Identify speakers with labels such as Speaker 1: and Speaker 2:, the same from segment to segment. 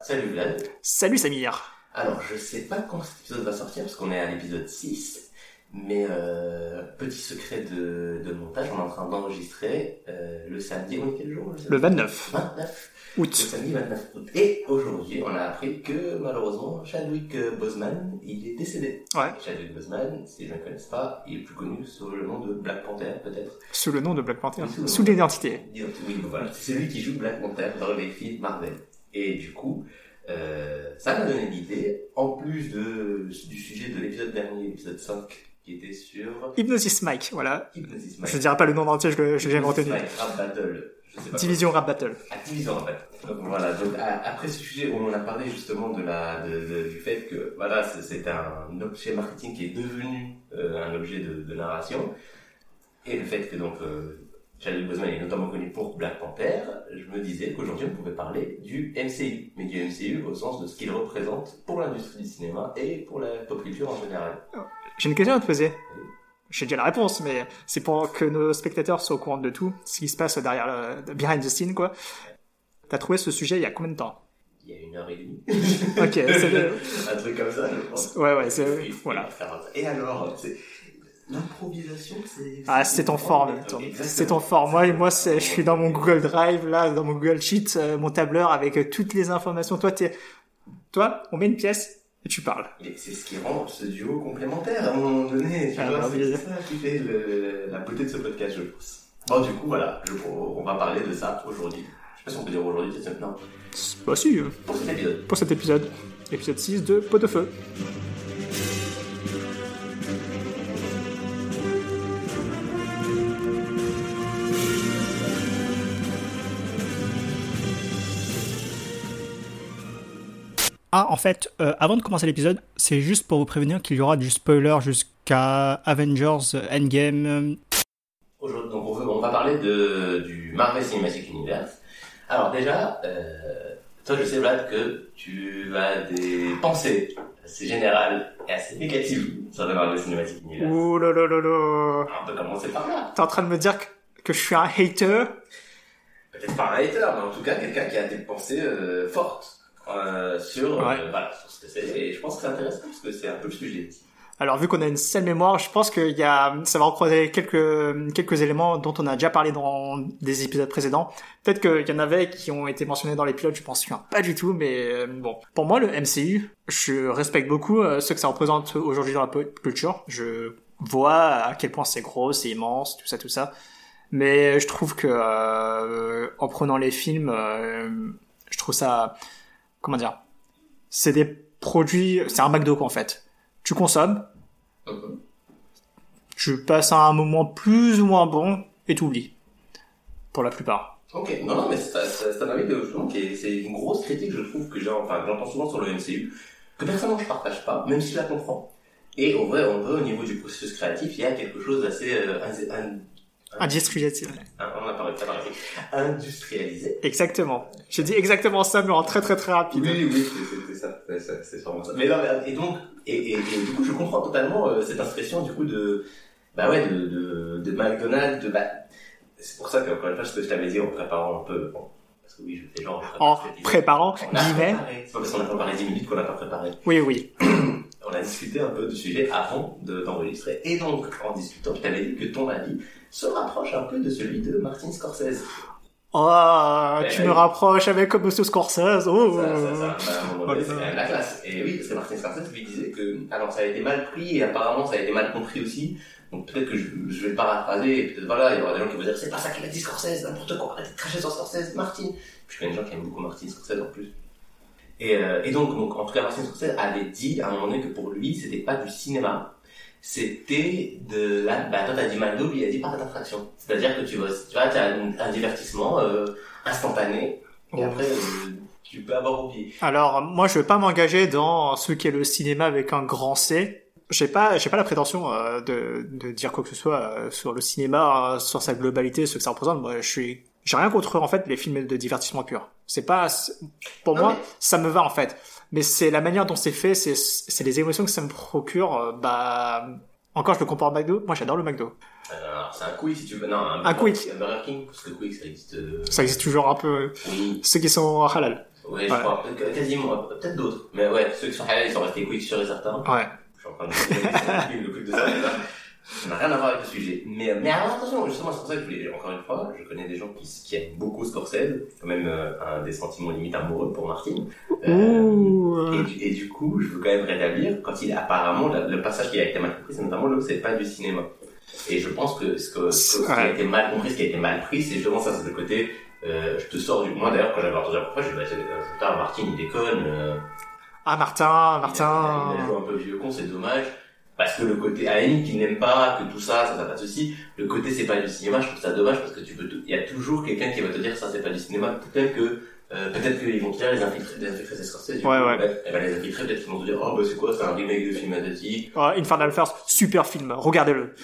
Speaker 1: Salut Vlad.
Speaker 2: Salut Samir
Speaker 1: Alors, je sais pas quand cet épisode va sortir, parce qu'on est à l'épisode 6, mais euh, petit secret de, de montage, on est en train d'enregistrer euh, le samedi, on est quel jour
Speaker 2: Le 29
Speaker 1: 29. Le
Speaker 2: août.
Speaker 1: samedi 29 août. Et aujourd'hui, on a appris que malheureusement, Chadwick Boseman, il est décédé.
Speaker 2: Ouais.
Speaker 1: Chadwick Boseman, si les gens ne connaissent pas, il est plus connu sous le nom de Black Panther, peut-être.
Speaker 2: Sous le nom de Black Panther.
Speaker 1: Sous le nom.
Speaker 2: Sous l'identité.
Speaker 1: Dis donc, Oui, voilà. C'est celui qui joue Black Panther dans les films Marvel. Et du coup, euh, ça m'a donné l'idée, en plus de, du sujet de l'épisode dernier, l'épisode 5, qui était sur
Speaker 2: Hypnosis Mike, voilà.
Speaker 1: Hypnosis Mike.
Speaker 2: Je dirais pas le nom entier, je le- je l'ai jamais retenu.
Speaker 1: Mike Rap Battle. Je sais pas
Speaker 2: Division Rap Battle.
Speaker 1: quoi. Activision, en fait. Donc voilà. Donc, à- après ce sujet, on a parlé justement de la, de, de- du fait que, voilà, c'est- c'est un objet marketing qui est devenu euh, un objet de, de narration. Et le fait que donc euh, Chadwick Boseman est notamment connu pour Black Panther, je me disais qu'aujourd'hui on pouvait parler du MCU, mais du MCU au sens de ce qu'il représente pour l'industrie du cinéma et pour la pop culture en général.
Speaker 2: J'ai une question à te poser. J'ai déjà la réponse, mais c'est pour que nos spectateurs soient au courant de tout, ce qui se passe derrière le de behind the scene, quoi. T'as trouvé ce sujet il y a combien de temps
Speaker 1: Il y a une heure et demie,
Speaker 2: Ok, c'est le-
Speaker 1: un truc comme ça, je pense.
Speaker 2: Ouais, ouais, c'est... Voilà.
Speaker 1: Et alors, c'est l'improvisation, c'est.
Speaker 2: Ah, c'est en forme, en même temps. C'est en forme. Moi, moi, c'est- je suis dans mon Google Drive, là, dans mon Google Sheet, euh, mon tableur avec euh, toutes les informations. Toi, t'es, toi, on met une pièce et tu parles.
Speaker 1: Mais c'est ce qui rend ce duo complémentaire à un moment donné. Tu
Speaker 2: Ah,
Speaker 1: vois,
Speaker 2: bah
Speaker 1: c'est
Speaker 2: oui.
Speaker 1: ça qui fait le- la beauté de ce podcast, je pense. Bon, du coup, voilà, je- on va parler de ça aujourd'hui. Je sais pas si on peut dire aujourd'hui, peut-être maintenant.
Speaker 2: Bah si, euh,
Speaker 1: Pour cet épisode.
Speaker 2: pour cet épisode, épisode 6 de Pot de Feu. Ah, en fait, euh, avant de commencer l'épisode, c'est juste pour vous prévenir qu'il y aura du spoiler jusqu'à Avengers euh, Endgame. euh,
Speaker 1: Aujourd'hui, donc, on, veut- on va parler de, du Marvel Cinematic Universe. Alors, déjà, euh, toi, je sais, Vlad, que tu as des pensées assez générales et assez négatives sur le Marvel Cinematic Universe.
Speaker 2: Ouh là là là là.
Speaker 1: Alors, on peut commencer par là.
Speaker 2: T'es en train de me dire que, que je suis un hater
Speaker 1: peut-être pas un hater, mais en tout cas quelqu'un qui a des pensées euh, fortes euh, sur, euh,
Speaker 2: Ouais.
Speaker 1: voilà, sur ce que c'est. Et je pense que c'est intéressant parce que c'est un peu le sujet.
Speaker 2: Alors vu qu'on a une seule mémoire, je pense qu'il y a, ça va recroiser quelques quelques éléments dont on a déjà parlé dans des épisodes précédents. Peut-être qu'il y en avait qui ont été mentionnés dans les pilotes, je pense qu'il y en a pas du tout, mais euh, bon. Pour moi, le MCU, je respecte beaucoup euh, ce que ça représente aujourd'hui dans la pop culture. Je vois à quel point c'est gros, c'est immense, tout ça, tout ça. Mais je trouve que euh, en prenant les films, euh, je trouve ça, comment dire, c'est des produits, c'est un McDo quoi, en fait. Tu consommes tu passes un moment plus ou moins bon et t'oublies. Pour la plupart.
Speaker 1: Ok, non, non, mais ça, ça, ça m'invite justement qui est- c'est une grosse critique, je trouve, que j'ai, enfin, que j'entends souvent sur le MCU, que personnellement je partage pas, même si je la comprends. Et en vrai, en vrai, au niveau du processus créatif, il y a quelque chose d'assez, euh, un- un-
Speaker 2: Industrialisé.
Speaker 1: un- on a parlé de ça par exemple, industrialisé.
Speaker 2: Exactement. J'ai dit exactement ça, mais en très très très rapide.
Speaker 1: Oui, oui, c'est- c'est- c'est ça, c'est- c'est c'est sûrement ça. Mais non, mais, et donc, et, et, et du coup, je comprends totalement euh, cette impression du coup de, bah ouais, de, de, de McDonald's, de, bah, c'est pour ça que, encore une fois, ce que je t'avais dit en préparant un peu, bon, parce que oui, je fais genre, je prépare
Speaker 2: En
Speaker 1: cet épisode.
Speaker 2: préparant,
Speaker 1: On a
Speaker 2: guillemets.
Speaker 1: préparé. C'est pas parce qu'on a préparé 10 minutes qu'on n'a pas préparé.
Speaker 2: Oui, oui.
Speaker 1: On a discuté un peu du sujet avant de- d'enregistrer. et donc, en discutant, je t'avais dit que ton avis se rapproche un peu de celui de Martin Scorsese.
Speaker 2: Oh,
Speaker 1: Eh
Speaker 2: tu
Speaker 1: oui.
Speaker 2: me rapproches avec Monsieur Scorsese. Oh.
Speaker 1: Ça, ça, ça, à un moment donné,
Speaker 2: Ouais,
Speaker 1: c'est
Speaker 2: ça.
Speaker 1: quand même la classe. Et oui, parce que Martin Scorsese lui disait que, alors ça a été mal pris et apparemment ça a été mal compris aussi. Donc peut-être que je, je vais le paraphraser et peut-être voilà, il y aura des gens qui vont dire c'est pas ça qu'il a dit Scorsese, n'importe quoi, arrêtez de cracher sur Scorsese, Martin. Je connais des gens qui aiment beaucoup Martin Scorsese en plus. Et, euh, et donc, donc, en tout cas, Martin Scorsese avait dit à un moment donné que pour lui, c'était pas du cinéma, c'était de la. Bah, toi, t'as dit McDo, lui, il a dit par d'attraction. C'est-à-dire que tu vas, tu vois, t'as un, un divertissement euh, instantané, et
Speaker 2: Oh.
Speaker 1: après, euh, tu peux avoir oublié.
Speaker 2: Alors, moi, je veux pas m'engager dans ce qu'est le cinéma avec un grand C. J'ai pas, j'ai pas la prétention euh, de, de dire quoi que ce soit euh, sur le cinéma, euh, sur sa globalité, ce que ça représente. Moi, je suis, j'ai rien contre en fait les films de divertissement pur. C'est pas, c'est- pour
Speaker 1: Non,
Speaker 2: moi,
Speaker 1: mais-
Speaker 2: ça me va en fait. Mais c'est la manière dont c'est fait, c'est, c'est les émotions que ça me procure. euh, bah, encore, je le compare au McDo. Moi, j'adore le McDo.
Speaker 1: Alors, c'est un quick si tu veux. Non, un,
Speaker 2: Un quick.
Speaker 1: Un Burger King, parce que quick ça existe. euh,
Speaker 2: Ça existe toujours un peu. euh,
Speaker 1: Oui.
Speaker 2: Ceux qui sont halal.
Speaker 1: Ouais, je
Speaker 2: Voilà.
Speaker 1: crois. Euh, Quasiment. Peut-être d'autres. Mais ouais, ceux qui sont halal, ils sont restés quick sur et certains.
Speaker 2: Ouais.
Speaker 1: Je suis en train de le truc de ça. mais là, Ça n'a rien à voir avec le sujet. Mais, euh, mais alors attention, justement, c'est pour ça que je voulais, encore une fois, je connais des gens qui, qui aiment beaucoup Scorsese, quand même euh, un des sentiments limite amoureux pour Euh, Martine.
Speaker 2: Ouh.
Speaker 1: Et
Speaker 2: euh,
Speaker 1: du, et du coup, je veux quand même rétablir, quand il apparemment, la- le passage qui a été mal compris, c'est notamment le c'est pas du cinéma. Et je pense que ce, que, ce que- ce qui a
Speaker 2: Ouais.
Speaker 1: été mal compris, ce qui a été mal pris, c'est justement ça, c'est le côté, euh, je te sors du. Moi d'ailleurs, quand j'avais entendu la première fois, je me disais, putain, Martin, il déconne. euh,
Speaker 2: Ah, Martin,
Speaker 1: il a
Speaker 2: Martin.
Speaker 1: joué un peu vieux con, c'est dommage. Parce que le côté, à la limite, qu'il n'aime pas, que tout ça, ça, ça pas de souci. Le côté, c'est pas du cinéma, je trouve ça dommage parce que tu peux, tout- il y a toujours quelqu'un qui va te dire ça, c'est pas du cinéma. Peut-être que, euh, peut-être qu'ils vont dire les infiltrés, les infiltrés, c'est Scorsese. du
Speaker 2: Ouais,
Speaker 1: coup,
Speaker 2: ouais.
Speaker 1: bref. Et ben, les infiltrés, peut-être qu'ils vont te dire, oh, bah, c'est quoi, c'est un remake de film asiatique.
Speaker 2: Ouais, Euh, Infernal First, super film, regardez-le.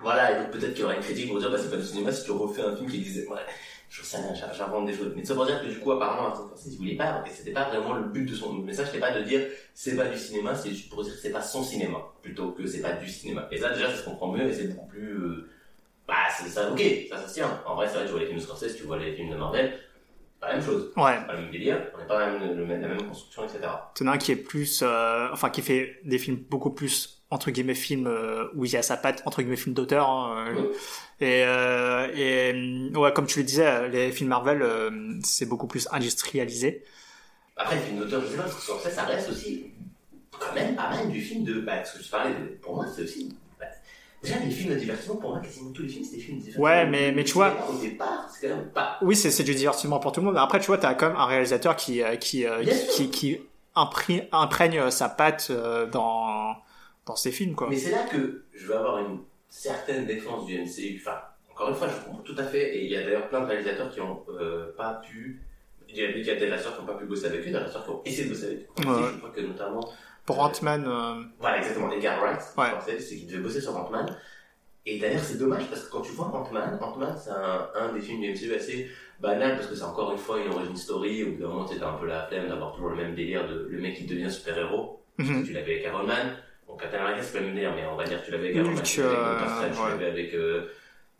Speaker 1: Voilà, et donc peut-être qu'il y aura une critique pour dire, bah, c'est pas du cinéma si tu refais un film qui disait, ouais, je sais rien, j'a- j'invente des choses. Mais ça veut dire que du coup, apparemment, Martin Scorsese, il voulait pas, et c'était pas vraiment le but de son message, c'était pas de dire, c'est pas du cinéma, c'est juste pour dire que c'est pas son cinéma, plutôt que c'est pas du cinéma. Et ça, déjà, ça se comprend mieux, et c'est beaucoup plus, euh, bah, c'est ça, ok, ça, ça se tient. En vrai, c'est vrai, tu vois les films de Scorsese, tu vois les films de Marvel, pas la même chose,
Speaker 2: Ouais,
Speaker 1: pas le même délire, on n'est pas la même, le même- la même construction, etc.
Speaker 2: t'en as un qui est plus, euh, enfin qui fait des films beaucoup plus entre guillemets films euh, où il y a sa patte entre guillemets film d'auteur. hein, euh,
Speaker 1: Oui.
Speaker 2: Et, euh, et euh, ouais, comme tu le disais, euh, les films Marvel, euh, c'est beaucoup plus industrialisé.
Speaker 1: Après, le film d'auteur, je sais pas, parce que Scorsese, ça reste aussi quand même pas mal du film de. Bah, ce que je parlais, de- pour moi, c'est aussi. bah, déjà, les films de divertissement, pour moi, quasiment tous les films, c'est des films de divertissement.
Speaker 2: Ouais, mais- mais tu vois-
Speaker 1: Au départ, c'est quand même pas.
Speaker 2: Oui, c'est c'est du divertissement pour tout le monde. Après, tu vois, t'as quand même un réalisateur qui euh, qui euh,
Speaker 1: Bien
Speaker 2: qui, qui, qui impré- imprègne euh, sa patte euh, dans dans ses films quoi.
Speaker 1: Mais c'est là que je vais avoir une certaine défense du MCU. Enfin, encore une fois, je comprends tout à fait. Et il y a d'ailleurs plein de réalisateurs qui ont euh, pas pu. Il y a il y a des réalisateurs qui n'ont pas pu bosser avec eux, des réalisateurs qui ont essayé de bosser avec eux.
Speaker 2: Ouais.
Speaker 1: Je crois que notamment.
Speaker 2: Pour Ant-Man, euh,
Speaker 1: Voilà, exactement. Edgar Wright,
Speaker 2: Ouais.
Speaker 1: en fait, c'est qu'il devait bosser sur Ant-Man. Et d'ailleurs, c'est dommage parce que quand tu vois Ant-Man, Ant-Man, c'est un, un des films du MCU assez banal parce que c'est encore une fois une origin story où d'un moment t'es un peu la flemme d'avoir toujours le même délire de le mec qui devient super-héros.
Speaker 2: mhm.
Speaker 1: Tu l'avais avec Iron Man. Bon, Captain America, c'est pas le même délire, mais on va dire que tu l'avais avec Iron Man,
Speaker 2: Hulk,
Speaker 1: tu l'avais avec Doctor
Speaker 2: euh,
Speaker 1: Strange, tu
Speaker 2: ouais.
Speaker 1: l'avais avec. euh,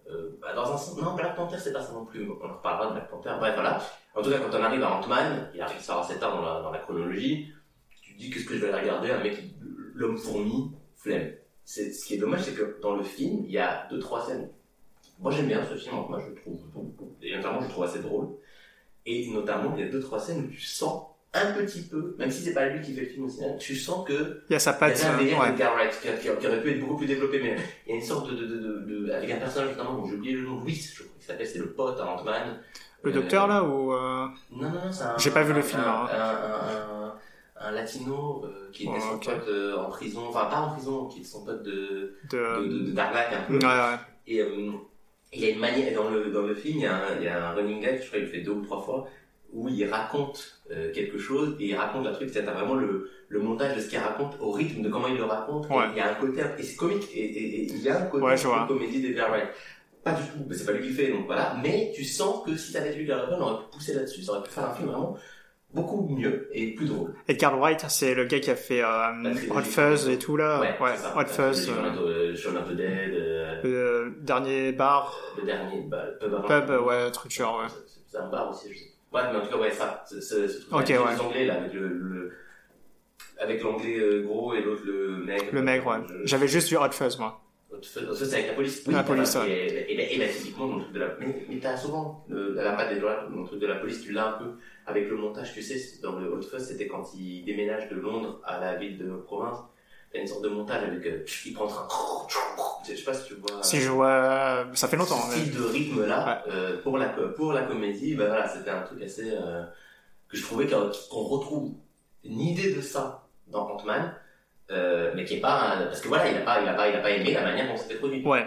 Speaker 1: euh, bah, dans un sens- non, Black Panther, c'est pas ça non plus. On en reparlera de Black Panther. Bref, voilà. En tout cas, quand on arrive à Ant-Man, il arrive ça assez tard dans la, dans la chronologie, tu te dis qu'est-ce que je vais regarder, un mec, qui- l'homme fourmi, flemme. C'est, ce qui est dommage, c'est que dans le film, il y a deux, trois scènes. Moi, j'aime bien ce film, moi, je le trouve, bon, bon. et notamment, je le trouve assez drôle. Et notamment, il y a deux, trois scènes où tu sens un petit peu, même si c'est pas lui qui fait le film au cinéma, tu sens que
Speaker 2: il y a sa
Speaker 1: il y
Speaker 2: patte.
Speaker 1: avait un
Speaker 2: euh,
Speaker 1: délire
Speaker 2: ouais.
Speaker 1: de Garrett qui, qui- qui aurait pu être beaucoup plus développé, mais il y a une sorte de. de, de, de, de- avec un personnage notamment dont j'ai oublié le nom, Louis, je crois qu'il s'appelle, c'est le pote à Ant-Man.
Speaker 2: Le
Speaker 1: Euh,
Speaker 2: docteur là ou euh,
Speaker 1: Non, non, non, c'est un.
Speaker 2: J'ai pas vu le
Speaker 1: un-
Speaker 2: film,
Speaker 1: Un,
Speaker 2: hein.
Speaker 1: un- un- un latino euh, qui était
Speaker 2: Ouais,
Speaker 1: son
Speaker 2: ok.
Speaker 1: pote euh, en prison, enfin pas en prison, qui était son pote de. de,
Speaker 2: de
Speaker 1: de, de d'arnaque un peu.
Speaker 2: Ouais, ouais.
Speaker 1: Et euh, il y a une manière, dans le, dans le film, il y, a un, il y a un running gag, je crois qu'il le fait deux ou trois fois, où il raconte euh, quelque chose, et il raconte un truc, c'est-à-dire vraiment le, le montage de ce qu'il raconte, au rythme de comment il le raconte, et
Speaker 2: Ouais.
Speaker 1: il y a un côté, et c'est comique, et, et- et il y a un côté
Speaker 2: Ouais, je
Speaker 1: un peu
Speaker 2: vois.
Speaker 1: comédie des Wright. Pas du tout, mais c'est pas lui qui le fait, donc voilà, mais tu sens que si t'avais vu Edgar Wright, on aurait pu pousser là-dessus, ça aurait pu faire un film vraiment beaucoup mieux et plus drôle.
Speaker 2: Edgar Wright, c'est le gars qui a fait euh,
Speaker 1: trilogie.
Speaker 2: Hot Fuzz et tout là. Ah, Ouais,
Speaker 1: c'est ça.
Speaker 2: Hot Fuzz.
Speaker 1: Shaun
Speaker 2: euh,
Speaker 1: of the- Shaun of the Dead, euh,
Speaker 2: le dernier bar,
Speaker 1: le dernier, bah, le pub avant-
Speaker 2: pub, euh, ouais, truc genre, ouais.
Speaker 1: C'est- C'est un bar aussi, je sais. Ouais, mais en tout cas, ouais, ça, ce, ce, ce truc
Speaker 2: Ok, ouais.
Speaker 1: les anglais, là, avec le, le- avec l'anglais euh, gros et l'autre le maigre.
Speaker 2: Le maigre, ouais.
Speaker 1: Je-
Speaker 2: J'avais juste vu Hot Fuzz, moi.
Speaker 1: Autre feu- autre feu, c'est avec la police.
Speaker 2: La
Speaker 1: t'as
Speaker 2: police,
Speaker 1: pas- Et, et, et, et là, typiquement, dans le truc de la, mais, mais t'as souvent, le, la patte des doigts, dans le truc de la police, tu l'as un peu. Avec le montage, tu sais, c'est- dans le Hot Fuzz, c'était quand il déménage de Londres à la ville de province. T'as une sorte de montage avec, euh, il prend un Je sais pas si tu vois.
Speaker 2: Si je vois, euh, ça fait longtemps.
Speaker 1: Ce
Speaker 2: mais-
Speaker 1: style de rythme là pour la co- pour la comédie bah voilà c'était un truc assez euh, que je trouvais qu'on qu'on retrouve une idée de ça dans Ant-Man euh, mais qui est pas un- parce que voilà il a pas il a pas il a pas aimé la manière dont c'était produit
Speaker 2: Ouais.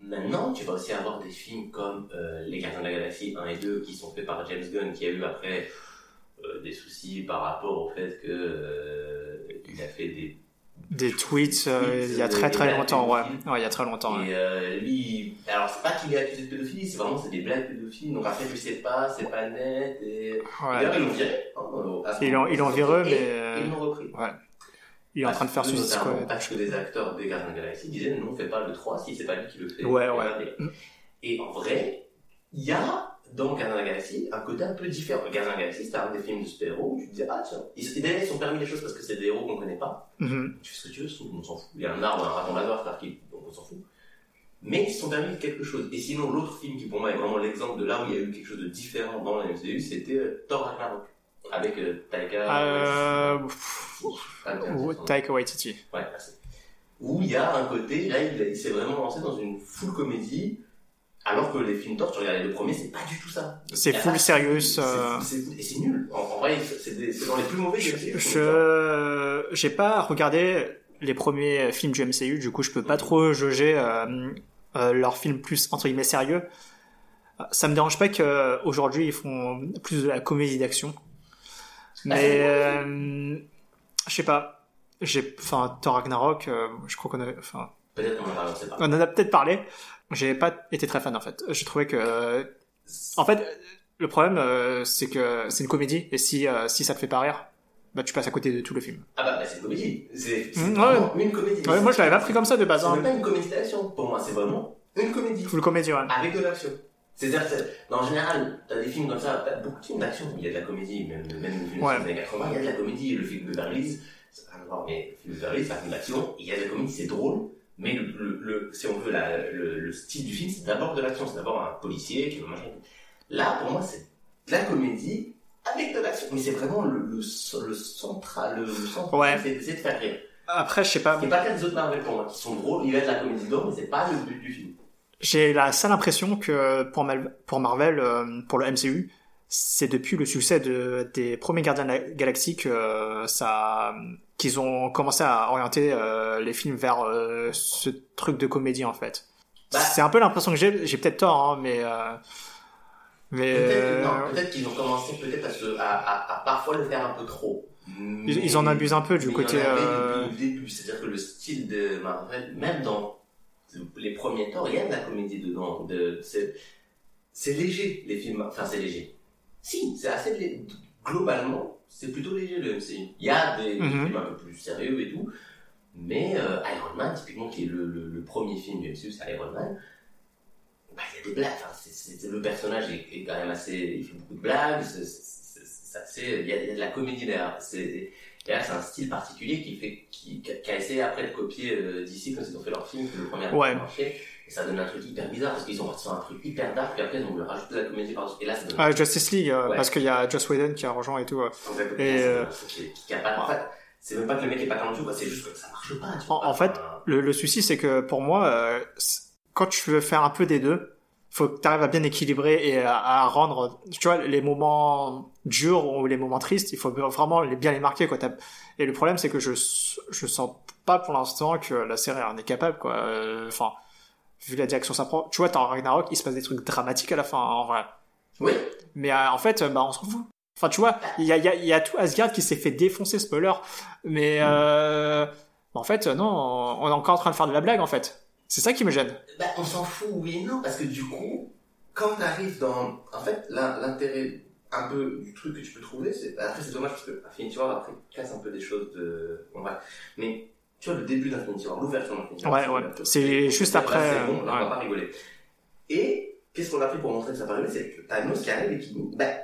Speaker 1: maintenant tu vas aussi avoir des films comme euh, les Gardiens de la Galaxie 1 et 2 qui sont faits par James Gunn qui a eu après euh, des soucis par rapport au fait que euh, il a fait des
Speaker 2: Des tweets, euh, il y a
Speaker 1: Tweets,
Speaker 2: très
Speaker 1: euh,
Speaker 2: très
Speaker 1: des
Speaker 2: longtemps, ouais.
Speaker 1: blagues.
Speaker 2: Ouais, il y a très longtemps. ouais.
Speaker 1: Et euh, lui, il- alors c'est pas qu'il est accusé de pédophilie, c'est vraiment c'est des blagues pédophiles. Donc après, tu sais pas, c'est pas net. Et...
Speaker 2: Ouais.
Speaker 1: D'ailleurs, ils l'ont viré. hein, à ce
Speaker 2: Ils l'ont-
Speaker 1: moment-là.
Speaker 2: ils l'ont viré,
Speaker 1: Et
Speaker 2: mais, euh,
Speaker 1: Ils l'ont repris.
Speaker 2: Il est en train de faire
Speaker 1: Parce que,
Speaker 2: Suicide
Speaker 1: notamment,
Speaker 2: Squad.
Speaker 1: Parce que des acteurs des Gardiens de la Galaxie disaient non, fais pas le 3 si c'est pas lui qui le fait.
Speaker 2: Ouais,
Speaker 1: Et
Speaker 2: ouais.
Speaker 1: regardez. Et en vrai, il y a dans Gardien de la Galaxie, un côté un peu différent. Gardien de la Galaxie, c'était un des films de super-héros où tu te disais, ah tiens, ils, et d'ailleurs, ils ont permis les choses parce que c'est des héros qu'on connaît pas.
Speaker 2: Mhm.
Speaker 1: Tu fais ce que tu veux, sauf qu'on s'en fout. Il y a un arbre, un raton laveur, frère, qui, donc on s'en fout. Mais ils se sont permis quelque chose. Et sinon, l'autre film qui pour moi est vraiment l'exemple de là où il y a eu quelque chose de différent dans la MCU, c'était euh, Thor Ragnarok. Avec euh, Taika.
Speaker 2: Euh, pff,
Speaker 1: Ah, merde,
Speaker 2: ou
Speaker 1: attends.
Speaker 2: Taika Waititi.
Speaker 1: Ouais, merci. Où il y a un côté, là, il, il s'est vraiment lancé dans une full comédie, alors que les films Thor, tu regardes les deux premiers, c'est pas du tout ça.
Speaker 2: C'est
Speaker 1: Ah,
Speaker 2: full sérieux.
Speaker 1: C'est-
Speaker 2: euh,
Speaker 1: c'est- c'est- Et c'est nul. En, en vrai, c'est- c'est des- c'est dans les plus mauvais
Speaker 2: Je-
Speaker 1: MCU, trouve.
Speaker 2: Je j'ai pas regardé les premiers films du MCU, du coup je peux pas trop jauger euh, euh, leurs films plus entre guillemets sérieux. Euh, Ça me dérange pas que euh, aujourd'hui ils font plus de la comédie d'action, mais euh, je sais pas. J'ai enfin Thor Ragnarok, euh, je crois qu'on a enfin
Speaker 1: Peut-être qu'on en parle, on sait pas.
Speaker 2: on en a peut-être parlé. J'ai pas été très fan en fait. J'ai trouvé que, euh, en fait, euh, le problème euh, c'est que c'est une comédie et si euh, si ça te fait pas rire, bah tu passes à côté de tout le film.
Speaker 1: Ah bah, bah, c'est une comédie. C'est c'est
Speaker 2: Mm, ouais.
Speaker 1: vraiment une comédie.
Speaker 2: Ouais, moi je l'avais pas pris comme ça de base.
Speaker 1: C'est
Speaker 2: hein.
Speaker 1: même pas une comédie d'action. Pour moi, c'est vraiment une comédie.
Speaker 2: Full comédie, ouais.
Speaker 1: Avec de l'action. C'est-à-dire, c'est- en général, t'as des films comme ça, t'as beaucoup de films d'action où il y a de la comédie, même, même les films
Speaker 2: Ouais.
Speaker 1: des années 80, il y a de la comédie, le film de Berlitz, ça n'a rien à voir, mais le film de Berlitz, c'est un film d'action, il y a de la comédie, c'est drôle, mais le, le- le- si on veut, la- le, le style du film, c'est d'abord de l'action, c'est d'abord un policier qui veut manger. Là, pour moi, c'est de la comédie avec de l'action, mais c'est vraiment le, le, so- le central, le, le centre,
Speaker 2: Ouais.
Speaker 1: c'est d'essayer de faire rire.
Speaker 2: Après, je sais pas.
Speaker 1: Ce qui n'est pas le cas des autres Marvel pour moi, qui sont drôles, il y a de la comédie dedans, mais c'est pas le but du film.
Speaker 2: J'ai la sale impression que pour, Mal- pour Marvel, euh, pour le MCU, c'est depuis le succès de, des premiers Gardiens de la Galaxie que euh, ça, qu'ils ont commencé à orienter euh, les films vers euh, ce truc de comédie en fait.
Speaker 1: Bah.
Speaker 2: c'est un peu l'impression que j'ai. J'ai peut-être tort, hein, mais euh, mais
Speaker 1: Peut-être
Speaker 2: euh,
Speaker 1: non, peut-être qu'ils ont commencé peut-être à, se, à, à, à parfois le faire un peu trop.
Speaker 2: ils,
Speaker 1: Mais-
Speaker 2: ils en abusent un peu du
Speaker 1: mais
Speaker 2: côté.
Speaker 1: Il y en avait
Speaker 2: euh,
Speaker 1: depuis le début, c'est-à-dire que le style de Marvel, même dans les premiers temps, il y a de la comédie dedans. De, c'est, c'est léger, les films. Enfin, c'est léger. Si, c'est assez lé- Globalement, c'est plutôt léger le MCU. Il y a des, des
Speaker 2: Mhm.
Speaker 1: films un peu plus sérieux et tout. Mais euh, Iron Man, typiquement, qui est le, le- le premier film du MCU, c'est Iron Man. Bah, il y a des blagues. Enfin, c'est, c'est- c'est- le personnage est, est quand même assez. Il fait beaucoup de blagues. c'est- c'est- c'est- c'est assez- il, y a, il y a de la comédie derrière. C'est, et là, c'est un style particulier qui fait, qui, qui a- qui a essayé après de copier euh, d'ici quand ils ont fait leur film, que le premier a
Speaker 2: Ouais.
Speaker 1: marché. Et ça donne un truc hyper bizarre parce qu'ils sont partis sur un truc hyper dark, puis après ils ont voulu rajouter de la comédie par-dessus. Et là, ça donne
Speaker 2: ah, Justice League, euh,
Speaker 1: Ouais.
Speaker 2: parce qu'il y a Joss Whedon qui a rejoint et tout. euh.
Speaker 1: en fait,
Speaker 2: Et,
Speaker 1: ça donne
Speaker 2: euh,
Speaker 1: un truc qui, qui a pas. En fait, c'est même pas que le mec est pas talentueux, quoi, c'est juste que ça marche pas. tu
Speaker 2: En-
Speaker 1: vois,
Speaker 2: en fait,
Speaker 1: enfin,
Speaker 2: Le, le souci, c'est que pour moi, euh, c'est- quand tu veux faire un peu des deux, faut que tu arrives à bien équilibrer et à, à rendre, tu vois, les moments durs ou les moments tristes, il faut vraiment les, bien les marquer, quoi. T'as- Et le problème, c'est que je, s- je sens pas pour l'instant que la série en est capable, quoi. Euh, Enfin, vu la direction que ça prend, tu vois, dans Ragnarok, il se passe des trucs dramatiques à la fin, hein, en vrai.
Speaker 1: Oui,
Speaker 2: Mais euh, en fait, euh, bah, on s'en fout. Enfin, tu vois, il y a, il y a- il y a tout Asgard qui s'est fait défoncer, spoiler. Mais
Speaker 1: Mm.
Speaker 2: euh, en fait, euh, non, on est encore en train de faire de la blague, en fait. C'est ça qui me gêne.
Speaker 1: bah, on s'en fout, oui et non, parce que du coup, quand t'arrives dans. En fait, l'in- l'intérêt un peu du truc que tu peux trouver, c'est. bah, Après, c'est dommage parce que Infinity War, après, casse un peu des choses de. Bon, bref. Mais tu vois, le début d'Infinity War, l'ouverture d'Infinity War.
Speaker 2: Ouais,
Speaker 1: Ah, c'est-
Speaker 2: ouais. C'est juste
Speaker 1: Là,
Speaker 2: après.
Speaker 1: C'est bon, là, on va
Speaker 2: euh,
Speaker 1: pas rigoler. Et qu'est-ce qu'on a fait pour montrer que ça parlait C'est que Thanos qui arrive et qui dit Ben,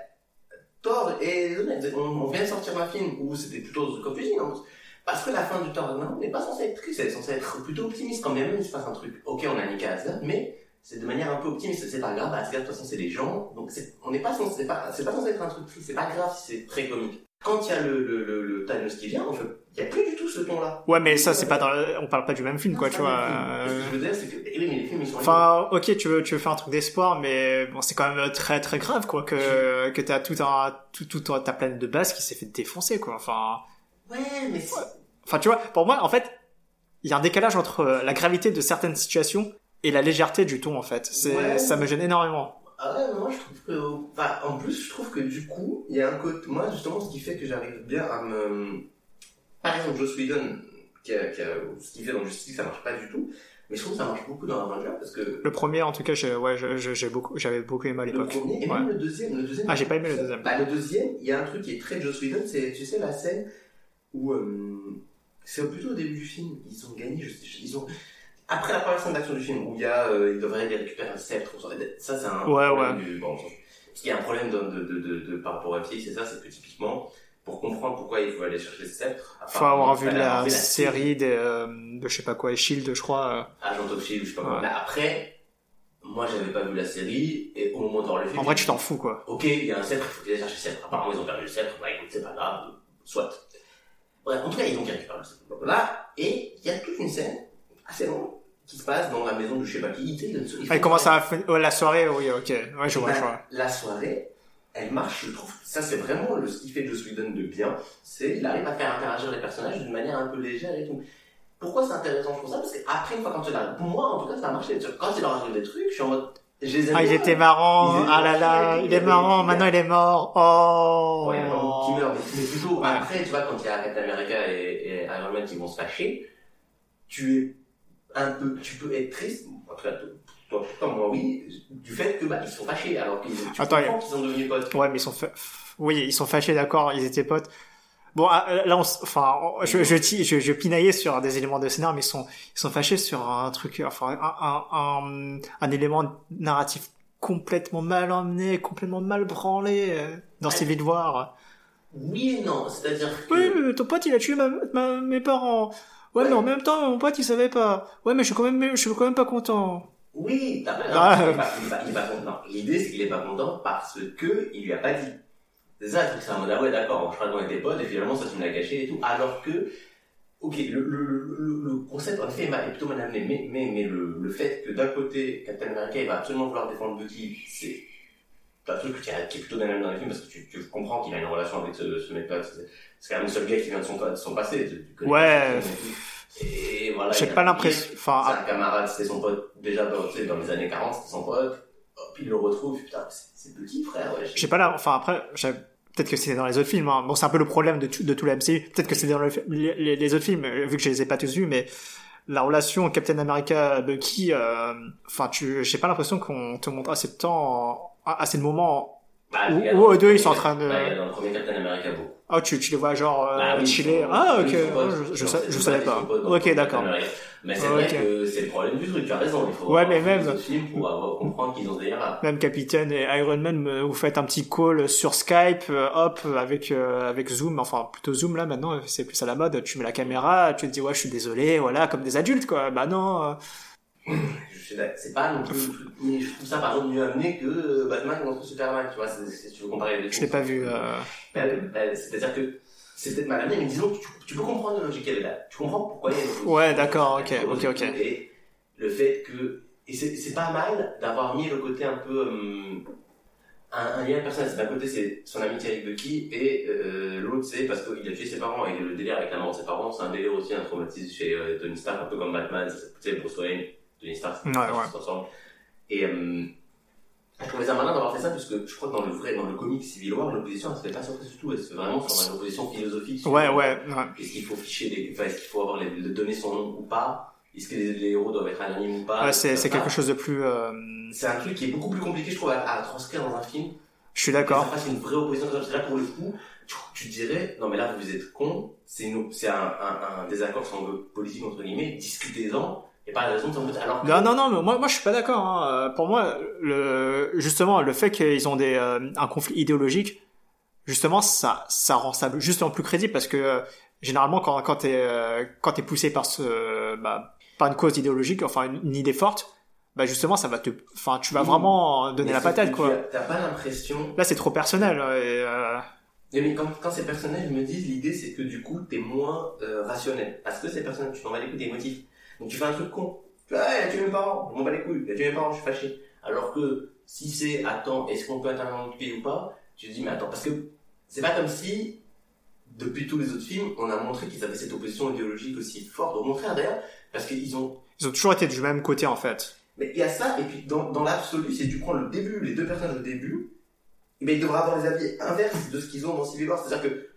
Speaker 1: Thor et on, on vient de sortir un film où c'était plutôt The confusing. hein, parce que la fin du Thor Ragnarok n'est pas censée être triste, elle est censée être plutôt optimiste quand bien même il se passe un truc. Ok, on a niqué Asgard, mais c'est de manière un peu optimiste, c'est pas grave, Asgard de toute façon c'est des gens, donc c'est- on n'est pas censé, c'est pas, c'est pas censé être un truc triste, c'est pas grave si c'est très comique. Quand il y a le, le, le, le Thanos qui vient, en fait, il n'y a plus du tout ce ton-là.
Speaker 2: Ouais, mais ça, c'est pas dans. le- On parle pas du même film, quoi,
Speaker 1: C'est
Speaker 2: tu
Speaker 1: pas
Speaker 2: vois.
Speaker 1: le film. Ce que je
Speaker 2: euh,
Speaker 1: veux dire, c'est que, eh oui, mais les films ils sont
Speaker 2: Enfin, ok, tu veux, tu veux faire un truc d'espoir, mais bon, c'est quand même très, très grave, quoi, que, que t'as tout un, tout, tout ta ta planète de base qui s'est fait défoncer, quoi. Enfin.
Speaker 1: Ouais, mais c'est-
Speaker 2: Enfin, tu vois, pour moi, en fait, il y a un décalage entre euh, la gravité de certaines situations et la légèreté du ton, en fait. C'est,
Speaker 1: Ouais.
Speaker 2: ça me gêne énormément.
Speaker 1: Ah ouais, moi je trouve que. Enfin, en plus, je trouve que du coup, il y a un côté. Moi, justement, ce qui fait que j'arrive bien à me. Par exemple, Joss Whedon, qui a- qui a- ce qu'il fait dans Justice, ça marche pas du tout. Mais je trouve que ça marche beaucoup dans Avengers parce que.
Speaker 2: Le premier, en tout cas, j'ai, ouais, je- je- j'ai beaucoup, j'avais beaucoup aimé à
Speaker 1: Le
Speaker 2: l'époque.
Speaker 1: premier, et
Speaker 2: Ouais.
Speaker 1: même le deuxième. Le deuxième
Speaker 2: Ah, j'ai pas aimé le deuxième.
Speaker 1: Bah, le deuxième, il y a un truc qui est très Joss Whedon, c'est, tu sais, la scène où. euh, c'est plutôt au début du film, ils ont gagné, je sais, je- ils ont. Après la première scène d'action du film, où il y a, euh, ils devraient aller récupérer un sceptre, ou ça, ça, c'est un.
Speaker 2: Ouais, ouais.
Speaker 1: du- bon, on s'en fout. Ce qui est un problème de, de, de, de, de par rapport au FTX, c'est ça, c'est que typiquement, pour comprendre pourquoi il faut aller chercher ces steps,
Speaker 2: Faut avoir vu Ah, la, série des, euh, de je sais pas quoi, Shield, je crois. euh.
Speaker 1: Agent of Shield, E je sais pas quoi.
Speaker 2: Ouais.
Speaker 1: Mais après, moi j'avais pas vu la série, et au moment de voir le film.
Speaker 2: En vrai, tu t'en fous, quoi.
Speaker 1: Ok, il y a un sceptre, il faut qu'ils aillent chercher le sceptre. Apparemment, ils ont perdu le sceptre, bah écoute, c'est pas grave, soit. Bref, en tout cas, ils ont récupéré le sceptre. Voilà, et il y a toute une scène, assez longue, qui se passe dans la maison du je sais pas qui, tu sais, ils font-
Speaker 2: Ah, il commence à la fin- ouais, la soirée, oh, oui, ok. Ouais, je vois,
Speaker 1: Bah,
Speaker 2: je vois.
Speaker 1: La soirée, elle marche, je trouve. Ça, c'est vraiment le, ce qui fait Joss Whedon de bien. C'est, il arrive à faire interagir les personnages d'une manière un peu légère et tout. Pourquoi c'est intéressant, je trouve ça? Parce qu'après, une fois quand tu l'as, pour moi, en tout cas, ça a marché. Quand il leur arrive des trucs, je suis en mode, je les aime
Speaker 2: Ah, il
Speaker 1: bien.
Speaker 2: était marrant,
Speaker 1: Ils étaient
Speaker 2: ah là là,
Speaker 1: gentils,
Speaker 2: il
Speaker 1: ils
Speaker 2: est
Speaker 1: étaient
Speaker 2: marrant,
Speaker 1: gentils.
Speaker 2: maintenant il est mort, oh.
Speaker 1: Ouais, il y a un homme qui meurt, mais, mais plutôt
Speaker 2: Ouais.
Speaker 1: après, tu vois, quand il y a Captain America et, et Iron Man qui vont se fâcher, tu es un peu, tu peux être triste, en tout cas, toi, toi, toi, moi, oui, du fait que, bah, ils sont fâchés, alors qu'ils, tu
Speaker 2: Attends,
Speaker 1: comprends qu'ils sont devenus potes.
Speaker 2: Ouais, mais ils sont fa- oui, ils sont fâchés, d'accord, ils étaient potes. Bon, ah, là, on, s- enfin, on- je, je, ti- je, je pinaillais sur des éléments de scénar, mais ils sont, ils sont fâchés sur un truc, enfin, un, un, un, un élément narratif complètement mal emmené, complètement mal branlé euh, dans Civil War.
Speaker 1: Oui et non, c'est-à-dire que.
Speaker 2: Oui, mais ton pote, il a tué ma, ma- mes parents. Ouais,
Speaker 1: Ouais.
Speaker 2: mais en même temps, mon pote, il savait pas. Ouais, mais je suis quand même, je suis quand même pas content.
Speaker 1: Oui, t'as raison.
Speaker 2: Ah.
Speaker 1: Il est pas- il est pas- il est pas content. L'idée, c'est qu'il est pas content parce que il lui a pas dit. C'est ça, le truc, c'est un mode, ah ouais, d'accord, je crois qu'on était potes, et finalement, ça, tu me l'as caché et tout. Alors que, ok, le, le, le, le concept, en effet, est ma- est plutôt mal amené, mais, mais, mais le, le fait que d'un côté, Captain America, il va absolument vouloir défendre Bucky, c'est un truc qui, a- qui est plutôt mal amené dans les films, parce que tu, tu comprends qu'il a une relation avec ce, ce mec-là, c'est c'est quand même le seul gars qui vient de son, de son passé. tu- tu connais
Speaker 2: Ouais.
Speaker 1: son passé et tout. Et voilà.
Speaker 2: J'ai
Speaker 1: il a-
Speaker 2: pas l'impression, enfin,
Speaker 1: c'est un camarade, c'était son pote déjà dans, tu sais, dans les années 40, c'était son pote. Hop, il le retrouve, putain, c'est c'est petit frère, ouais.
Speaker 2: J'ai pas là, enfin après, j'ai- peut-être que c'est dans les autres films. hein. Bon, c'est un peu le problème de tout, de tout la MCU. Peut-être que c'est dans le fi- les, les- les autres films, euh, vu que je les ai pas tous vus, mais la relation Captain America Bucky, euh, enfin, tu, j'ai pas l'impression qu'on te montre assez de temps, assez de moments.
Speaker 1: Bah,
Speaker 2: Ou-
Speaker 1: le gars dans
Speaker 2: ou
Speaker 1: le
Speaker 2: eux deux,
Speaker 1: premier-
Speaker 2: ils sont en train de-
Speaker 1: Bah, le gars dans le premier Captain America, beaucoup.
Speaker 2: Ah, tu, tu les vois genre euh,
Speaker 1: Bah oui,
Speaker 2: chiller.
Speaker 1: son-
Speaker 2: Ah, ok.
Speaker 1: oui, son pote.
Speaker 2: Je, je,
Speaker 1: Genre,
Speaker 2: sa-
Speaker 1: c'est
Speaker 2: je
Speaker 1: son
Speaker 2: savais
Speaker 1: pote,
Speaker 2: pas.
Speaker 1: son pote dans le
Speaker 2: Ok,
Speaker 1: premier
Speaker 2: d'accord.
Speaker 1: Captain America. Mais c'est
Speaker 2: Ouais,
Speaker 1: vrai
Speaker 2: ok.
Speaker 1: que c'est le problème du truc, tu as raison, il faut
Speaker 2: Ouais,
Speaker 1: voir
Speaker 2: mais même-
Speaker 1: ce film pour avoir, comprendre qu'ils ont ce délire-là.
Speaker 2: Même Capitaine et Iron Man, euh, vous faites un petit call sur Skype, euh, hop, avec euh, avec Zoom, enfin plutôt Zoom là maintenant, euh, c'est plus à la mode. Tu mets la caméra, tu te dis ouais, je suis désolé, voilà, comme des adultes quoi. Bah non. euh,
Speaker 1: Je sais pas, C'est pas non plus le truc, mais je trouve ça par exemple mieux amené que euh, Batman contre Superman, tu vois, c'est- c'est- si tu veux comparer les deux.
Speaker 2: Je l'ai pas vu. euh.
Speaker 1: Bah, bah, C'est-à-dire que c'est peut-être mal amené, mais disons que tu, tu peux comprendre la logique qu'elle est là. Tu comprends pourquoi il y a une logique.
Speaker 2: Ouais, d'accord, ok, ok, ok.
Speaker 1: Et le fait que. Et c'est c'est pas mal d'avoir mis le côté un peu. hum, un, un lien personnel. C'est D'un côté, c'est son amitié avec Bucky, et euh, l'autre, c'est parce qu'il a tué ses parents. Et le délire avec la mort de ses parents, c'est un délire aussi, un traumatisme chez euh, Tony Stark, un peu comme Batman, c'est- tu sais, Bruce Wayne, Tony Stark,
Speaker 2: Ouais,
Speaker 1: ils
Speaker 2: ouais.
Speaker 1: sont ensemble. Et. hum, je trouvais ça malin d'avoir fait ça, puisque je crois que dans le vrai, dans le comic Civil War, l'opposition, elle se fait pas surprise du tout, elle se fait vraiment sur une opposition philosophique. sur-
Speaker 2: Ouais, ouais, ouais.
Speaker 1: Est-ce qu'il faut ficher les, enfin, est-ce qu'il faut avoir les, le- donner son nom ou pas? Est-ce que les, les héros doivent être anonymes ou pas?
Speaker 2: Ouais, Euh, c'est,
Speaker 1: Enfin,
Speaker 2: c'est quelque chose de plus. euh,
Speaker 1: C'est un truc qui est beaucoup plus compliqué, je trouve, à, à transcrire dans un film.
Speaker 2: Je suis
Speaker 1: Que ça
Speaker 2: d'accord.
Speaker 1: fasse une vraie opposition comme ça, parce que là, pour le coup, tu, tu dirais, non, mais là, vous êtes con, c'est une- c'est un, un, un désaccord, si on veut, politique, entre guillemets, discutez-en, et pas la raison de s'en foutre. Alors que-
Speaker 2: Non, non, non, mais moi, moi, je suis pas d'accord. hein. Euh, Pour moi, le, justement, le fait qu'ils ont des, euh, un conflit idéologique, justement, ça, ça rend ça justement plus crédible parce que euh, généralement, quand, quand t'es, euh, quand t'es poussé par ce, bah, par une cause idéologique, enfin, une, une idée forte, bah, justement, ça va te, enfin, tu vas
Speaker 1: Oui.
Speaker 2: vraiment donner
Speaker 1: Mais
Speaker 2: la
Speaker 1: sauf
Speaker 2: patate,
Speaker 1: que
Speaker 2: quoi.
Speaker 1: tu as- T'as pas l'impression
Speaker 2: Là, c'est trop personnel. euh, et, euh,
Speaker 1: Mais, mais quand, quand ces personnages me disent, l'idée c'est que du coup t'es moins euh, rationnel. Parce que ces personnages, tu t'en vas les couilles des motifs. Donc tu fais un truc con. Tu vois, ah, il a tué mes parents, je m'en bats les couilles, il a tué mes parents, je suis fâché. Alors que si c'est, attends, est-ce qu'on peut intervenir dans le pays ou pas Tu te dis, mais attends, parce que c'est pas comme si, depuis tous les autres films, on a montré qu'ils avaient cette opposition idéologique aussi forte. Au contraire d'ailleurs, parce qu'ils ont
Speaker 2: ils ont toujours été du même côté, en fait.
Speaker 1: mais il y a ça, et puis dans, dans l'absolu, si tu prends le début, les deux personnages au début, eh ben, ils devraient avoir les avis inverses de ce qu'ils ont dans Civil War. C'est-à-dire que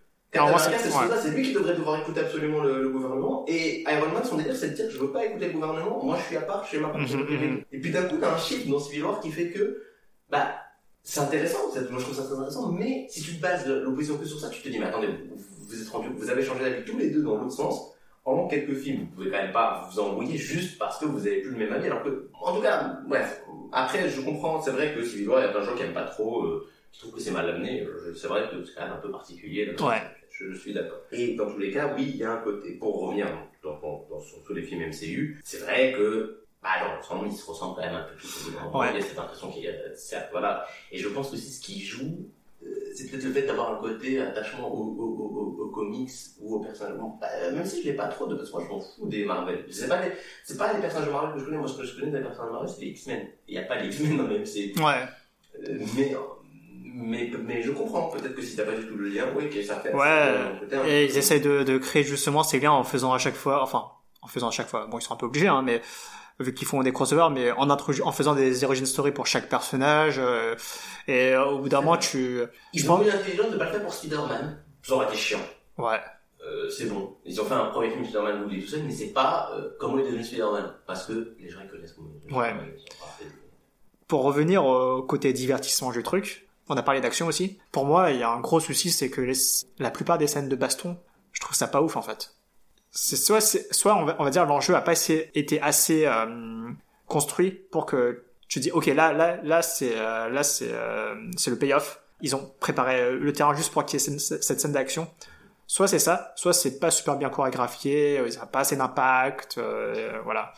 Speaker 1: Captain
Speaker 2: Alors, moi,
Speaker 1: America,
Speaker 2: c'est-
Speaker 1: c'est ce
Speaker 2: ouais.
Speaker 1: chose-là, c'est lui qui devrait devoir écouter absolument le, le gouvernement. Et Iron Man, son délire, c'est de dire je veux pas écouter le gouvernement, moi je suis à part, je suis ma part. je
Speaker 2: Mhm,
Speaker 1: fais mes
Speaker 2: mhm.
Speaker 1: trucs. Et puis d'un coup, t'as un shift dans Civil War qui fait que, bah, c'est intéressant, c'est- moi je trouve ça très intéressant, mais si tu te bases le- l'opposition que sur ça, tu te dis, mais attendez, vous, vous- vous êtes rendu, vous avez changé d'avis tous les deux dans l'autre sens en quelques films. Vous pouvez quand même pas vous embrouiller juste parce que vous avez plus le même avis, alors que, en tout cas, bref, Après, je comprends, c'est vrai que Civil War, il y a plein de gens qui aiment pas trop, euh, qui trouvent que c'est mal amené. euh, Je- C'est vrai que c'est quand même un peu particulier. là.
Speaker 2: Ouais.
Speaker 1: Je, je suis d'accord. Et dans tous les cas, oui, il y a un côté. Pour revenir dans, dans, dans- sur tous les films MCU, c'est vrai que, bah, dans l'ensemble, ils se ressemblent quand même un peu tous. au bout d'un moment.
Speaker 2: Ouais.
Speaker 1: Il y a cette impression qu'il y a, certes, voilà. Et je pense aussi ce qui joue, euh, c'est peut-être le fait d'avoir un côté attachement aux au, au, au- aux comics ou aux personnages. Bon, bah, même si je l'ai pas trop, de parce que moi je m'en fous des Marvel. C'est pas les, c'est pas les personnages Marvel que je connais. Moi, ce que je connais des personnages Marvel, c'est les X-Men. Il n'y a pas les X-Men dans le MCU.
Speaker 2: Ouais.
Speaker 1: Euh, mais, mais, mais je comprends, peut-être que si t'as pas du tout le lien, oui, que ça fait.
Speaker 2: Ouais,
Speaker 1: euh, peut-être un-
Speaker 2: Et ils essayent de, de créer justement ces liens en faisant à chaque fois, enfin, en faisant à chaque fois, bon, ils sont un peu obligés, hein, mais vu qu'ils font des crossovers, mais en, introdu- en faisant des origin stories pour chaque personnage, euh, et euh, au bout d'un moment, tu...
Speaker 1: Ils ont eu l'intelligence de pas le faire pour Spider-Man. Ça aurait été chiant.
Speaker 2: Ouais,
Speaker 1: Euh, c'est bon. Ils ont fait un premier film Spider-Man Woody tout seul, mais c'est pas euh, comment il est devenu Spider-Man. Parce que les gens ils connaissent comment il est devenu
Speaker 2: Ouais.
Speaker 1: Spider-Man, ils sont parfaits.
Speaker 2: pour revenir au côté divertissement du truc, on a parlé d'action aussi, pour moi, il y a un gros souci, c'est que les- la plupart des scènes de baston, je trouve ça pas ouf, en fait. C'est soit, c'est- soit on, va, on va dire, l'enjeu a pas assez- été assez euh, construit pour que tu dis, ok, là, là, là, c'est euh, là, c'est euh, c'est le payoff. Ils ont préparé euh, le terrain juste pour qu'il y ait cette- cette scène d'action. Soit c'est ça, soit c'est pas super bien chorégraphié, euh, ils n'ont pas assez d'impact, euh, voilà.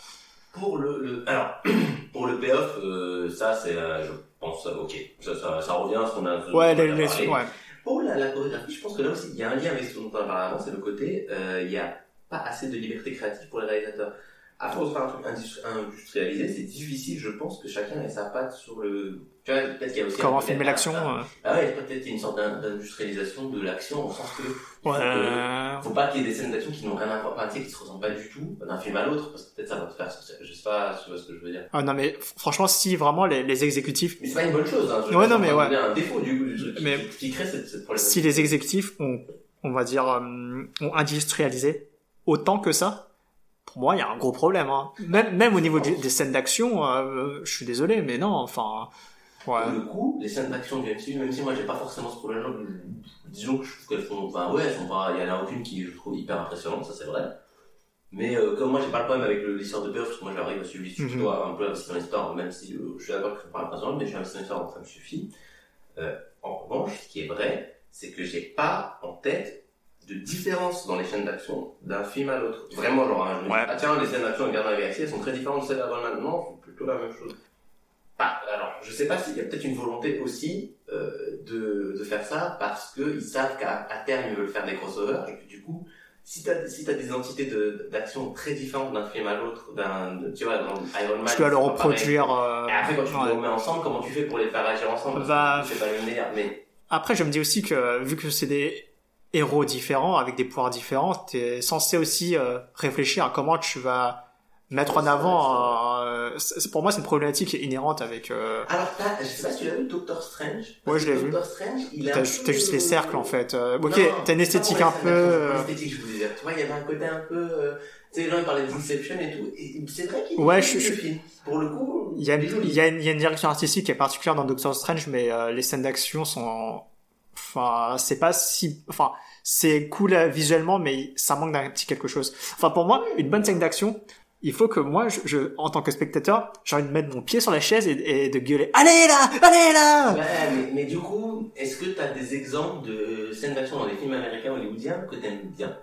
Speaker 1: Pour le, le- alors, pour le payoff, euh, ça c'est, euh, je pense, euh, ok. Ça, ça, ça revient à ce qu'on a. ce
Speaker 2: Ouais,
Speaker 1: dont Euh, on
Speaker 2: les,
Speaker 1: a
Speaker 2: les-
Speaker 1: parlé.
Speaker 2: ouais.
Speaker 1: Pour la, la chorégraphie, je pense que là aussi, il y a un lien avec ce dont on a parlé avant, c'est le côté, euh, il n'y a pas assez de liberté créative pour les réalisateurs. À force de faire un truc indus- industrialisé, c'est difficile, je pense, que chacun ait sa patte sur le... Tu vois, peut-être qu'il y a aussi... un
Speaker 2: Comment
Speaker 1: côté-
Speaker 2: filmer l'action euh,
Speaker 1: Ah ouais, peut-être qu'il y a une sorte d'in- d'industrialisation de l'action, au sens que... il faut que-
Speaker 2: Ouais. euh,
Speaker 1: faut pas qu'il y ait des scènes d'action qui n'ont rien à voir, enfin, tu sais, qui se ressemblent pas du tout d'un film à l'autre, parce que peut-être ça va te faire, je sais pas, tu vois ce que je veux dire.
Speaker 2: Ah non mais f- franchement si vraiment les, les exécutifs
Speaker 1: Mais c'est pas une bonne chose, hein. je-
Speaker 2: Ouais, non,
Speaker 1: je-
Speaker 2: mais
Speaker 1: on
Speaker 2: ouais.
Speaker 1: a un défaut du, du truc qui-
Speaker 2: Mais-
Speaker 1: qui crée cette, cette problématique.
Speaker 2: si les exécutifs ont on va dire euh, ont industrialisé autant que ça pour moi il y a un gros problème hein. même même au niveau du- des scènes d'action euh, je suis désolé mais non enfin ouais
Speaker 1: Pour le coup, les scènes d'action du MCU, même si moi j'ai pas forcément ce problème-là, je- disons que je trouve qu'elles font, enfin ouais, elles sont pas, il y en a aucune qui je trouve hyper impressionnante, ça c'est vrai. Mais euh, comme moi j'ai pas le problème avec le- l'histoire de Peur, parce que moi j'arrive à suivre je suis
Speaker 2: Mhm.
Speaker 1: plutôt un peu investi dans l'histoire, même si euh, je suis d'accord que c'est pas impressionnant, mais je suis investi dans l'histoire, donc ça me suffit. Euh, en revanche, ce qui est vrai, c'est que j'ai pas en tête de différence dans les scènes d'action d'un film à l'autre. Vraiment, genre, hein, je me dis,
Speaker 2: Ouais.
Speaker 1: ah tiens, les scènes d'action de Gardien de la Galaxie, elles sont très différentes de celles d'avant maintenant, non, c'est plutôt la même chose. Ah, alors, je sais pas s'il y a peut-être une volonté aussi euh, de, de faire ça parce qu'ils savent qu'à à terme ils veulent faire des crossovers et que du coup, si t'as si t'as des entités de- d'action très différentes d'un film à l'autre, d'un de- tu vois, dans Iron Man,
Speaker 2: tu dois le
Speaker 1: c'est pas pareil.
Speaker 2: reproduire euh,
Speaker 1: Et après, quand tu
Speaker 2: ouais.
Speaker 1: les remets ensemble, comment tu fais pour les faire agir ensemble
Speaker 2: Bah,
Speaker 1: C'est pas le meilleur, mais
Speaker 2: Après, je me dis aussi que vu que c'est des héros différents avec des pouvoirs différents, t'es censé aussi euh, réfléchir à comment tu vas mettre en
Speaker 1: Ouais,
Speaker 2: avant. euh, c'est- pour moi, c'est une problématique inhérente avec. euh,
Speaker 1: alors t'as- je sais pas si tu l'as vu Doctor Strange.
Speaker 2: Ouais, je l'ai vu.
Speaker 1: Doctor Strange, il a.
Speaker 2: T'as
Speaker 1: un
Speaker 2: ju-
Speaker 1: peu-
Speaker 2: t'as juste les cercles en fait. Euh, ok,
Speaker 1: Non,
Speaker 2: t'as une esthétique
Speaker 1: pas
Speaker 2: un
Speaker 1: pour
Speaker 2: peu.
Speaker 1: les scènes d'action, pour
Speaker 2: euh,
Speaker 1: L'esthétique, je voulais dire. Tu vois, il y avait un côté un peu. euh, tu sais, les gens ils parlaient d'Inception et tout. Et c'est vrai qu'il
Speaker 2: Ouais,
Speaker 1: est
Speaker 2: je-
Speaker 1: joli,
Speaker 2: je-
Speaker 1: le film. Pour le coup,
Speaker 2: Il y, a,
Speaker 1: il est joli.
Speaker 2: il, y a une, il y a une direction artistique qui est particulière dans Doctor Strange, mais euh, les scènes d'action sont, enfin, c'est pas si, enfin, c'est cool euh, visuellement, mais ça manque d'un petit quelque chose. Enfin, pour moi, une bonne scène d'action, il faut que moi, je, je- en tant que spectateur, j'ai envie de mettre mon pied sur la chaise et, et de gueuler, allez là, allez là.
Speaker 1: Ouais, mais, mais du coup, est-ce que t'as des exemples de scènes d'action dans les films américains hollywoodiens que t'aimes bien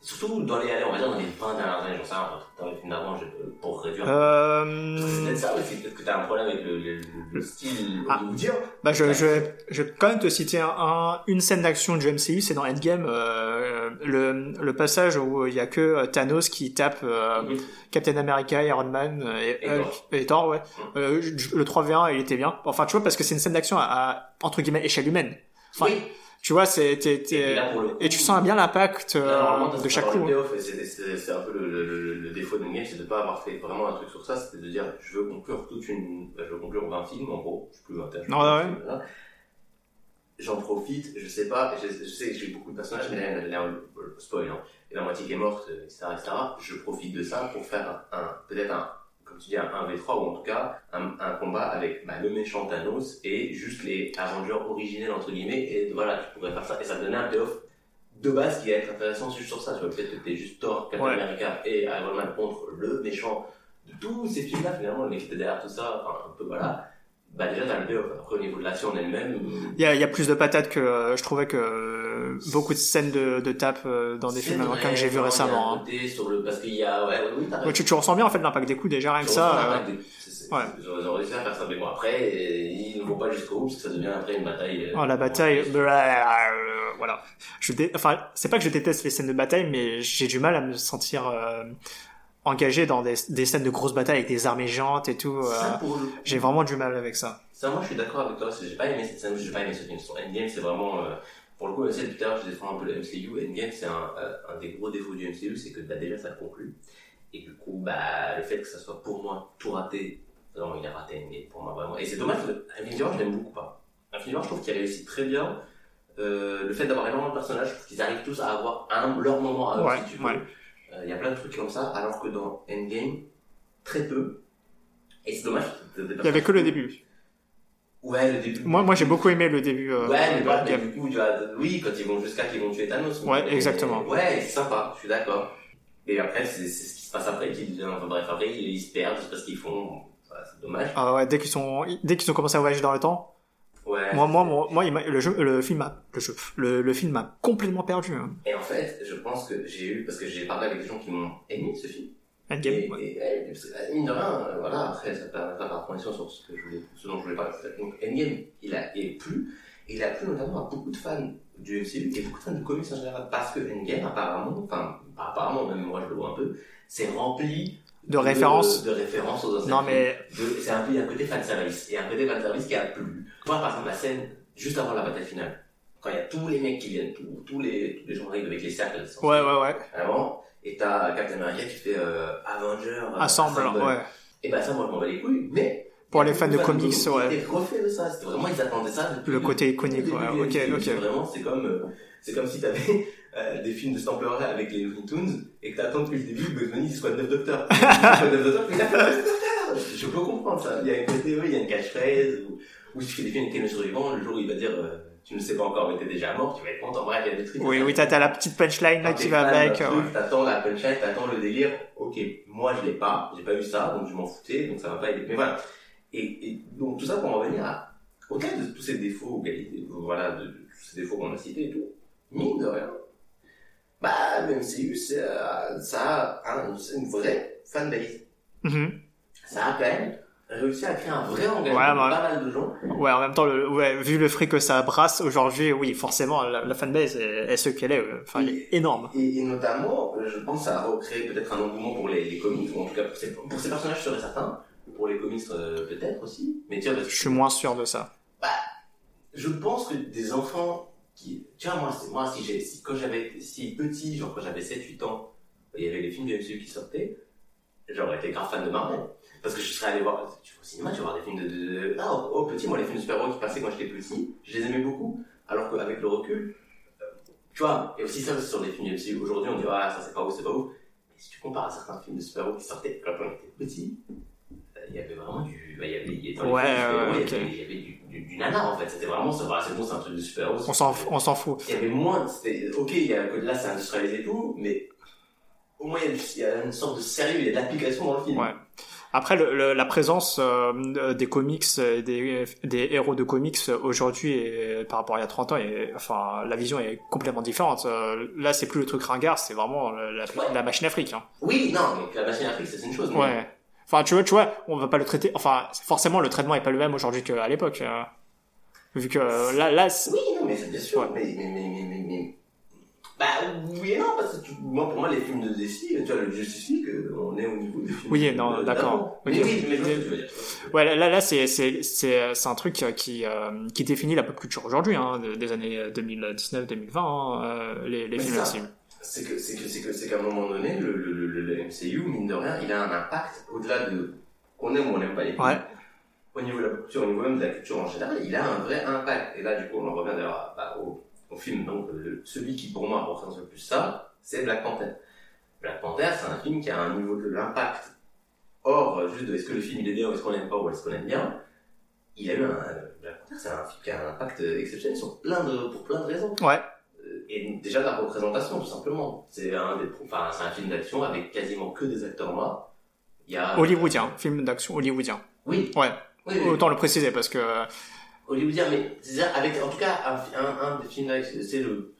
Speaker 1: Surtout dans les, allez, on va dire dans les 20 dernières années, j'en sais rien, dans les films d'avant, je- pour réduire. C'est
Speaker 2: Euh,
Speaker 1: peut-être ça aussi, peut-être que t'as un problème avec le, le- le style
Speaker 2: Ah.
Speaker 1: hollywoodien.
Speaker 2: bah, je, je, vais- je vais quand même te citer un, un- une scène d'action du MCU, c'est dans Endgame, euh, le, le passage où il y a que euh, Thanos qui tape. euh, Captain America, Iron Man euh, et,
Speaker 1: Et
Speaker 2: Hulk,
Speaker 1: Thor.
Speaker 2: et Thor, ouais.
Speaker 1: Mm.
Speaker 2: Euh, je- je- le 3v1, il était bien. Enfin, tu vois, parce que c'est une scène d'action à, à, entre guillemets échelle humaine. Enfin,
Speaker 1: oui,
Speaker 2: Tu vois, c'est t'es-
Speaker 1: et
Speaker 2: t'es-
Speaker 1: là pour le coup,
Speaker 2: et tu sens bien l'impact euh,
Speaker 1: Là, normalement, t'as
Speaker 2: de
Speaker 1: fait
Speaker 2: chaque
Speaker 1: avoir
Speaker 2: coup. hein.
Speaker 1: le payoff, et C'est c'est- c'est un peu le, le- le- le défaut de Game, c'est de ne pas avoir fait vraiment un truc sur ça, c'était de dire je veux conclure toute une. bah, Je veux conclure un film en gros, je sais plus 21.
Speaker 2: Non, Ah ouais,
Speaker 1: J'en profite, je sais pas, je, je sais que j'ai beaucoup de personnages, mais là, là, là, le spoil, hein, et la moitié qui est morte, euh, etc., etc. Je profite de ça pour faire un, un- peut-être un, comme tu dis, un 1v3 ou en tout cas un, un combat avec bah, le méchant Thanos et juste les Avengers originels entre guillemets et voilà tu pourrais faire ça et ça te donnait un payoff de base qui va être intéressant juste sur ça tu vois le fait que t'es juste Thor Captain
Speaker 2: Ouais.
Speaker 1: America et Iron Man contre le méchant de tous ces films-là, finalement, le mec qui était derrière tout ça, enfin, un peu voilà, bah déjà t'as le payoff. Après, au niveau de l'action en elle-même, euh,
Speaker 2: Il y a, il y a plus de patates que euh, je trouvais que euh, beaucoup de scènes de, de tape euh, dans des
Speaker 1: c'est
Speaker 2: films
Speaker 1: vrai,
Speaker 2: américains que j'ai vus
Speaker 1: vraiment, il y a un
Speaker 2: récemment. hein.
Speaker 1: côté sur le, parce qu'il y a, ouais, ouais, oui, t'as raison.
Speaker 2: Ouais, tu, tu ressens bien en fait l'impact des coups déjà rien que
Speaker 1: Sur le
Speaker 2: ça.
Speaker 1: fond,
Speaker 2: euh,
Speaker 1: ouais, c'est- c'est-
Speaker 2: ouais.
Speaker 1: J'aurais j'aurais réussi à faire ça, mais bon, après, euh, ils ne vont pas jusqu'au bout, parce que ça devient après une bataille. euh,
Speaker 2: Oh, la bataille, blablabla, voilà. Je dé- Enfin, c'est pas que je déteste les scènes de bataille, mais j'ai du mal à me sentir euh, engagé dans des, des scènes de grosses batailles avec des armées géantes et tout. euh,
Speaker 1: Ça, pour le
Speaker 2: J'ai vraiment du mal avec ça.
Speaker 1: Ça, moi, je suis d'accord avec toi. parce que J'ai pas aimé cette scène, j'ai pas aimé ce film. Son Endgame, c'est vraiment. euh, pour le coup, même si tout à l'heure, je défends un peu le MCU. Endgame, c'est un, euh, un des gros défauts du MCU, c'est que bah, déjà, ça conclut. Et du coup, bah, le fait que ça soit pour moi tout raté, non, il a raté Endgame pour moi vraiment. Et c'est dommage, parce que Infinity War, je l'aime beaucoup pas. Infinity War, je trouve qu'il réussit très bien. euh, le fait d'avoir énormément de personnages, je trouve qu'ils arrivent tous à avoir un, leur moment à eux,
Speaker 2: Ouais,
Speaker 1: si tu veux.
Speaker 2: ouais.
Speaker 1: Euh, Il y a plein de trucs comme ça, alors que dans Endgame, très peu. Et c'est dommage.
Speaker 2: Il y avait que le début.
Speaker 1: Ouais, le début.
Speaker 2: Moi, moi, j'ai beaucoup aimé le début. euh,
Speaker 1: Ouais, mais
Speaker 2: de
Speaker 1: pas, mais
Speaker 2: Endgame.
Speaker 1: du coup, tu vois, oui, quand ils vont jusqu'à qu'ils vont tuer Thanos.
Speaker 2: Ouais,
Speaker 1: mais-
Speaker 2: exactement.
Speaker 1: Ouais, c'est sympa, je suis d'accord. Et après, c'est c'est ce qui se passe après qu'ils deviennent, enfin bref, après, ils ils se perdent, je sais pas ce qu'ils font, Voilà, c'est dommage.
Speaker 2: Ah ouais, dès qu'ils sont, dès qu'ils ont commencé à voyager dans le temps,
Speaker 1: Ouais.
Speaker 2: moi, moi, moi, moi, il m'a- le jeu, le film m'a, le jeu, le, le film m'a complètement perdu. hein.
Speaker 1: Et en fait, je pense que j'ai eu, parce que j'ai parlé avec des gens qui m'ont aimé ce film.
Speaker 2: Endgame.
Speaker 1: Et-
Speaker 2: ouais.
Speaker 1: Et, et- parce que, euh, mine de rien, euh, voilà, après, ça permet de faire la transition sur ce, que je voulais, ce dont je voulais parler. Donc, Endgame, il a il plu, et il a plu notamment à beaucoup de fans du MCU et beaucoup de fans de comics en général, parce que Endgame, apparemment, enfin, pas apparemment, même moi je le vois un peu, c'est rempli
Speaker 2: De références.
Speaker 1: De, références aux anciens.
Speaker 2: Non mais
Speaker 1: films. De- C'est un peu un côté fanservice, et un côté fanservice qui a plu. Moi, par exemple, la scène juste avant la bataille finale, quand il y a tous les mecs qui viennent, tous, tous les, tous les gens arrivent avec les cercles. sans-
Speaker 2: ouais, ouais, ouais.
Speaker 1: avant, et t'as Captain America qui fait euh, Avenger.
Speaker 2: Assemble, ouais.
Speaker 1: Et bah ça, moi, je m'en bats les couilles, mais.
Speaker 2: Pour les fans de
Speaker 1: Bah,
Speaker 2: comics,
Speaker 1: ils
Speaker 2: ouais.
Speaker 1: étaient refaits de ça. C'était vraiment, ils attendaient ça depuis
Speaker 2: Le côté
Speaker 1: depuis le
Speaker 2: iconique, ouais.
Speaker 1: début du
Speaker 2: Ok,
Speaker 1: MCU.
Speaker 2: ok.
Speaker 1: Vraiment, c'est comme, euh, c'est comme si t'avais euh, des films de Stamper avec les Looney Tunes et que t'attends depuis le début que Bugs Bunny il soit le neuf docteur. Il soit le neuf docteur, puis il a fait le neuf docteur. Je peux comprendre ça. Il y a un côté, oui, il y a une catchphrase ou ou si tu fais des films avec le survivant, le jour où il va dire euh, tu ne sais pas encore mais t'es déjà mort, tu vas être content. Bref, il y a des trucs.
Speaker 2: Oui, oui, t'as t'as la petite punchline là
Speaker 1: Quand
Speaker 2: qui
Speaker 1: t'es
Speaker 2: va
Speaker 1: fan d'un
Speaker 2: avec.
Speaker 1: truc,
Speaker 2: ouais.
Speaker 1: T'attends la punchline, t'attends le délire. Ok, moi je l'ai pas, j'ai pas eu ça, donc je m'en foutais, donc ça va pas aider. Mais voilà. Et, et donc tout ça pour en venir à, au-delà de tous ces défauts, ou qualités, voilà, de, de tous ces défauts qu'on a cités et tout, mine de rien, bah, le MCU, c'est, euh, ça a un- c'est une vraie fanbase.
Speaker 2: Mhm.
Speaker 1: Ça a quand même réussi à créer un vrai engagement
Speaker 2: Ouais,
Speaker 1: de
Speaker 2: ouais.
Speaker 1: pas mal de gens.
Speaker 2: Ouais, en même temps, le, ouais, vu le fric que ça brasse aujourd'hui, oui, forcément, la, la fanbase est, est ce qu'elle est. euh, Enfin, elle est énorme.
Speaker 1: Et, et notamment, euh, je pense à recréer peut-être un engouement pour les, les comics, ou en tout cas pour ces, pour ces personnages, je serais certain. Pour les comics, euh, peut-être aussi. Mais tiens, parce
Speaker 2: Je
Speaker 1: que
Speaker 2: suis moins sûr de ça.
Speaker 1: je pense que des enfants qui. Tu vois, moi, c'est- moi si, j'ai- si, quand j'avais si petit, genre quand j'avais 7-8 ans, il y avait les films de MCU qui sortaient, j'aurais été grave fan de Marvel. Parce que je serais allé voir. Tu vas au cinéma, tu vas voir des films de. de- de- Ah, au, au petit, moi, les films de super-héros qui passaient quand j'étais petit, je les aimais beaucoup. Alors qu'avec le recul, euh, tu vois, et aussi ça c'est sur les films de MCU, aujourd'hui on dit, ah, ça c'est pas ouf, c'est pas ouf. Mais si tu compares à certains films de super-héros qui sortaient quand on était petit, euh, il y avait vraiment du. bah, il y avait, il y avait dans les
Speaker 2: Ouais,
Speaker 1: films de super-héros,
Speaker 2: ouais,
Speaker 1: il y
Speaker 2: ok.
Speaker 1: avait- il y avait du, du, du nana en fait. C'était vraiment, ça, voilà, c'est bon, c'est un truc de super-héros.
Speaker 2: On s'en, f- on s'en fout.
Speaker 1: Il y avait moins, c'était, ok, il y a, là c'est industrialisé et tout, mais au moins il y a du- il y, a une sorte de sérieux, il y a de l'application dans le film.
Speaker 2: Ouais. Après, le, le- la présence euh, des comics, euh, des, des héros de comics euh, aujourd'hui et par rapport à il y a 30 ans, et, enfin, la vision est complètement différente. Euh, là, c'est plus le truc ringard, c'est vraiment la, la- la machine afrique. Hein.
Speaker 1: Oui, non, donc la machine Afrique, ça, c'est une chose, mais
Speaker 2: Ouais. Enfin, tu vois, tu vois, on va pas le traiter. Enfin, forcément, le traitement est pas le même aujourd'hui qu'à l'époque. euh. vu que euh, là, là, c'est-
Speaker 1: Oui, non, mais c'est bien sûr.
Speaker 2: Ouais.
Speaker 1: Mais, mais, mais, mais, mais, mais- Bah oui et non, parce que tu- moi, pour moi, les films de DC, tu vois, le Justice League, euh, on est au niveau des films.
Speaker 2: Oui et non,
Speaker 1: de-
Speaker 2: d'accord.
Speaker 1: d'avant. Mais
Speaker 2: Ok.
Speaker 1: oui, mais je vois ce que tu veux dire.
Speaker 2: ouais, là, là, là, c'est, c'est, c'est, euh, c'est un truc euh, qui, euh, qui définit la pop culture aujourd'hui, hein, de- des années 2019-2020, hein, euh, les, les
Speaker 1: Mais
Speaker 2: films
Speaker 1: ça,
Speaker 2: là-dessus.
Speaker 1: C'est que, c'est que, c'est que, c'est qu'à un moment donné, le, le, le, le- le MCU, mine de rien, il a un impact au-delà de qu'on aime ou on n'aime pas les films.
Speaker 2: Ouais.
Speaker 1: Au niveau de la culture, au niveau même de la culture en général, il a un vrai impact. Et là, du coup, on en revient d'ailleurs à- bah, au, au film. Donc, euh, celui qui pour moi représente le plus ça, c'est Black Panther. Black Panther, c'est un film qui a un niveau de l'impact. Or, euh, juste de est-ce que le film il est bien ou est-ce qu'on l'aime pas ou est-ce qu'on l'aime bien, il a eu un. Black Panther, c'est un film qui a un impact euh, exceptionnel sur plein de, pour plein de raisons.
Speaker 2: Ouais.
Speaker 1: Euh, Et déjà la représentation, tout simplement. C'est un, des, enfin, c'est un film d'action avec quasiment que des acteurs noirs. Il y a.
Speaker 2: Hollywoodien, film d'action hollywoodien.
Speaker 1: Oui.
Speaker 2: Ouais.
Speaker 1: Oui, oui.
Speaker 2: Autant le préciser parce que euh,
Speaker 1: hollywoodien, mais c'est-à-dire avec, en tout cas, un, un, un des films avec- c'est le,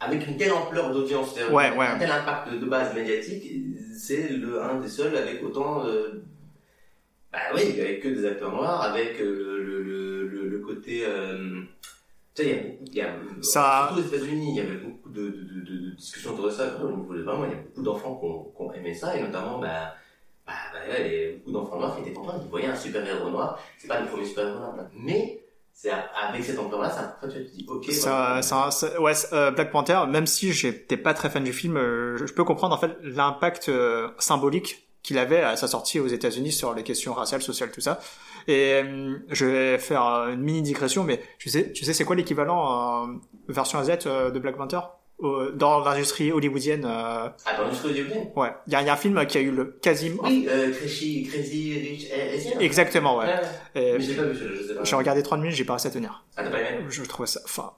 Speaker 1: avec une telle ampleur d'audience, c'est-à-dire
Speaker 2: Ouais,
Speaker 1: un
Speaker 2: ouais.
Speaker 1: tel impact de, de base médiatique, c'est le un des seuls avec autant, euh, bah oui, avec que des acteurs noirs, avec euh, le, le, le, le côté, euh, tu sais, il y a beaucoup- il y a, euh,
Speaker 2: Ça-
Speaker 1: surtout aux États-Unis, il y avait beaucoup de, de, de, de discussions autour de ça, au niveau des vraiment, il y a beaucoup d'enfants qui ont, qui ont aimé ça, et notamment, bah, bah, bah, ouais, il y a beaucoup d'enfants noirs qui étaient contents, ils voyaient un super-héros noir, c'est pas le premier super-héros noir, mais, c'est à- avec cet ampleur-là, ça, toi, tu te dis, ok.
Speaker 2: ça,
Speaker 1: voilà.
Speaker 2: ça- ça- ouais, c'est- euh, Black Panther, même si j'étais pas très fan du film, euh, je je peux comprendre en fait l'impact euh, symbolique qu'il avait à sa sortie aux États-Unis sur les questions raciales, sociales, tout ça. Et euh, je vais faire euh, une mini digression, mais tu sais, tu sais, c'est quoi l'équivalent euh, version asiatique euh, de Black Panther Au- dans l'industrie hollywoodienne euh,
Speaker 1: Ah, dans l'industrie audiovisuelle
Speaker 2: Ouais, il y, a- il y a un film qui a eu le quasi
Speaker 1: Oui, euh, Crazy, Crazy Rich Asian.
Speaker 2: exactement ouais. Et
Speaker 1: Mais j'ai pas vu, je, je sais pas.
Speaker 2: j'ai regardé 30 minutes, j'ai pas réussi à tenir.
Speaker 1: Ah, t'as pas aimé
Speaker 2: je trouvais ça enfin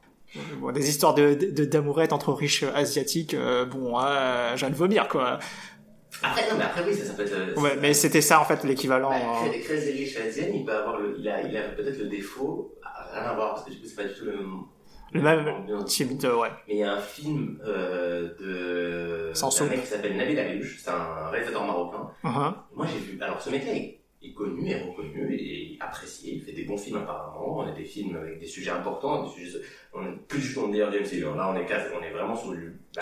Speaker 2: bon, des histoires de de- d'amourettes entre riches asiatiques euh, bon euh, j'ai envie de vomir quoi
Speaker 1: Après, non, mais après, oui, ça, ça peut être. euh,
Speaker 2: ouais mais c'était ça en fait l'équivalent
Speaker 1: Bah,
Speaker 2: euh,
Speaker 1: Cra- Crazy Rich Asian, il peut avoir le, il a, il a peut-être le défaut, ah, rien à voir, parce que du coup, c'est pas du tout le même.
Speaker 2: le même
Speaker 1: ambiance.
Speaker 2: type de ouais
Speaker 1: Mais il y a un film, euh, de.
Speaker 2: Sans
Speaker 1: Un
Speaker 2: soupe.
Speaker 1: mec qui s'appelle Nabil Arouche, c'est un réalisateur marocain.
Speaker 2: Mhm.
Speaker 1: Moi, j'ai vu. Alors, ce mec-là est, est connu, est reconnu, et apprécié. Il fait des bons films apparemment. On a des films avec des sujets importants, des sujets. On est plus du tout dans le MCU. Là, on est quasi, on est vraiment sur du bah,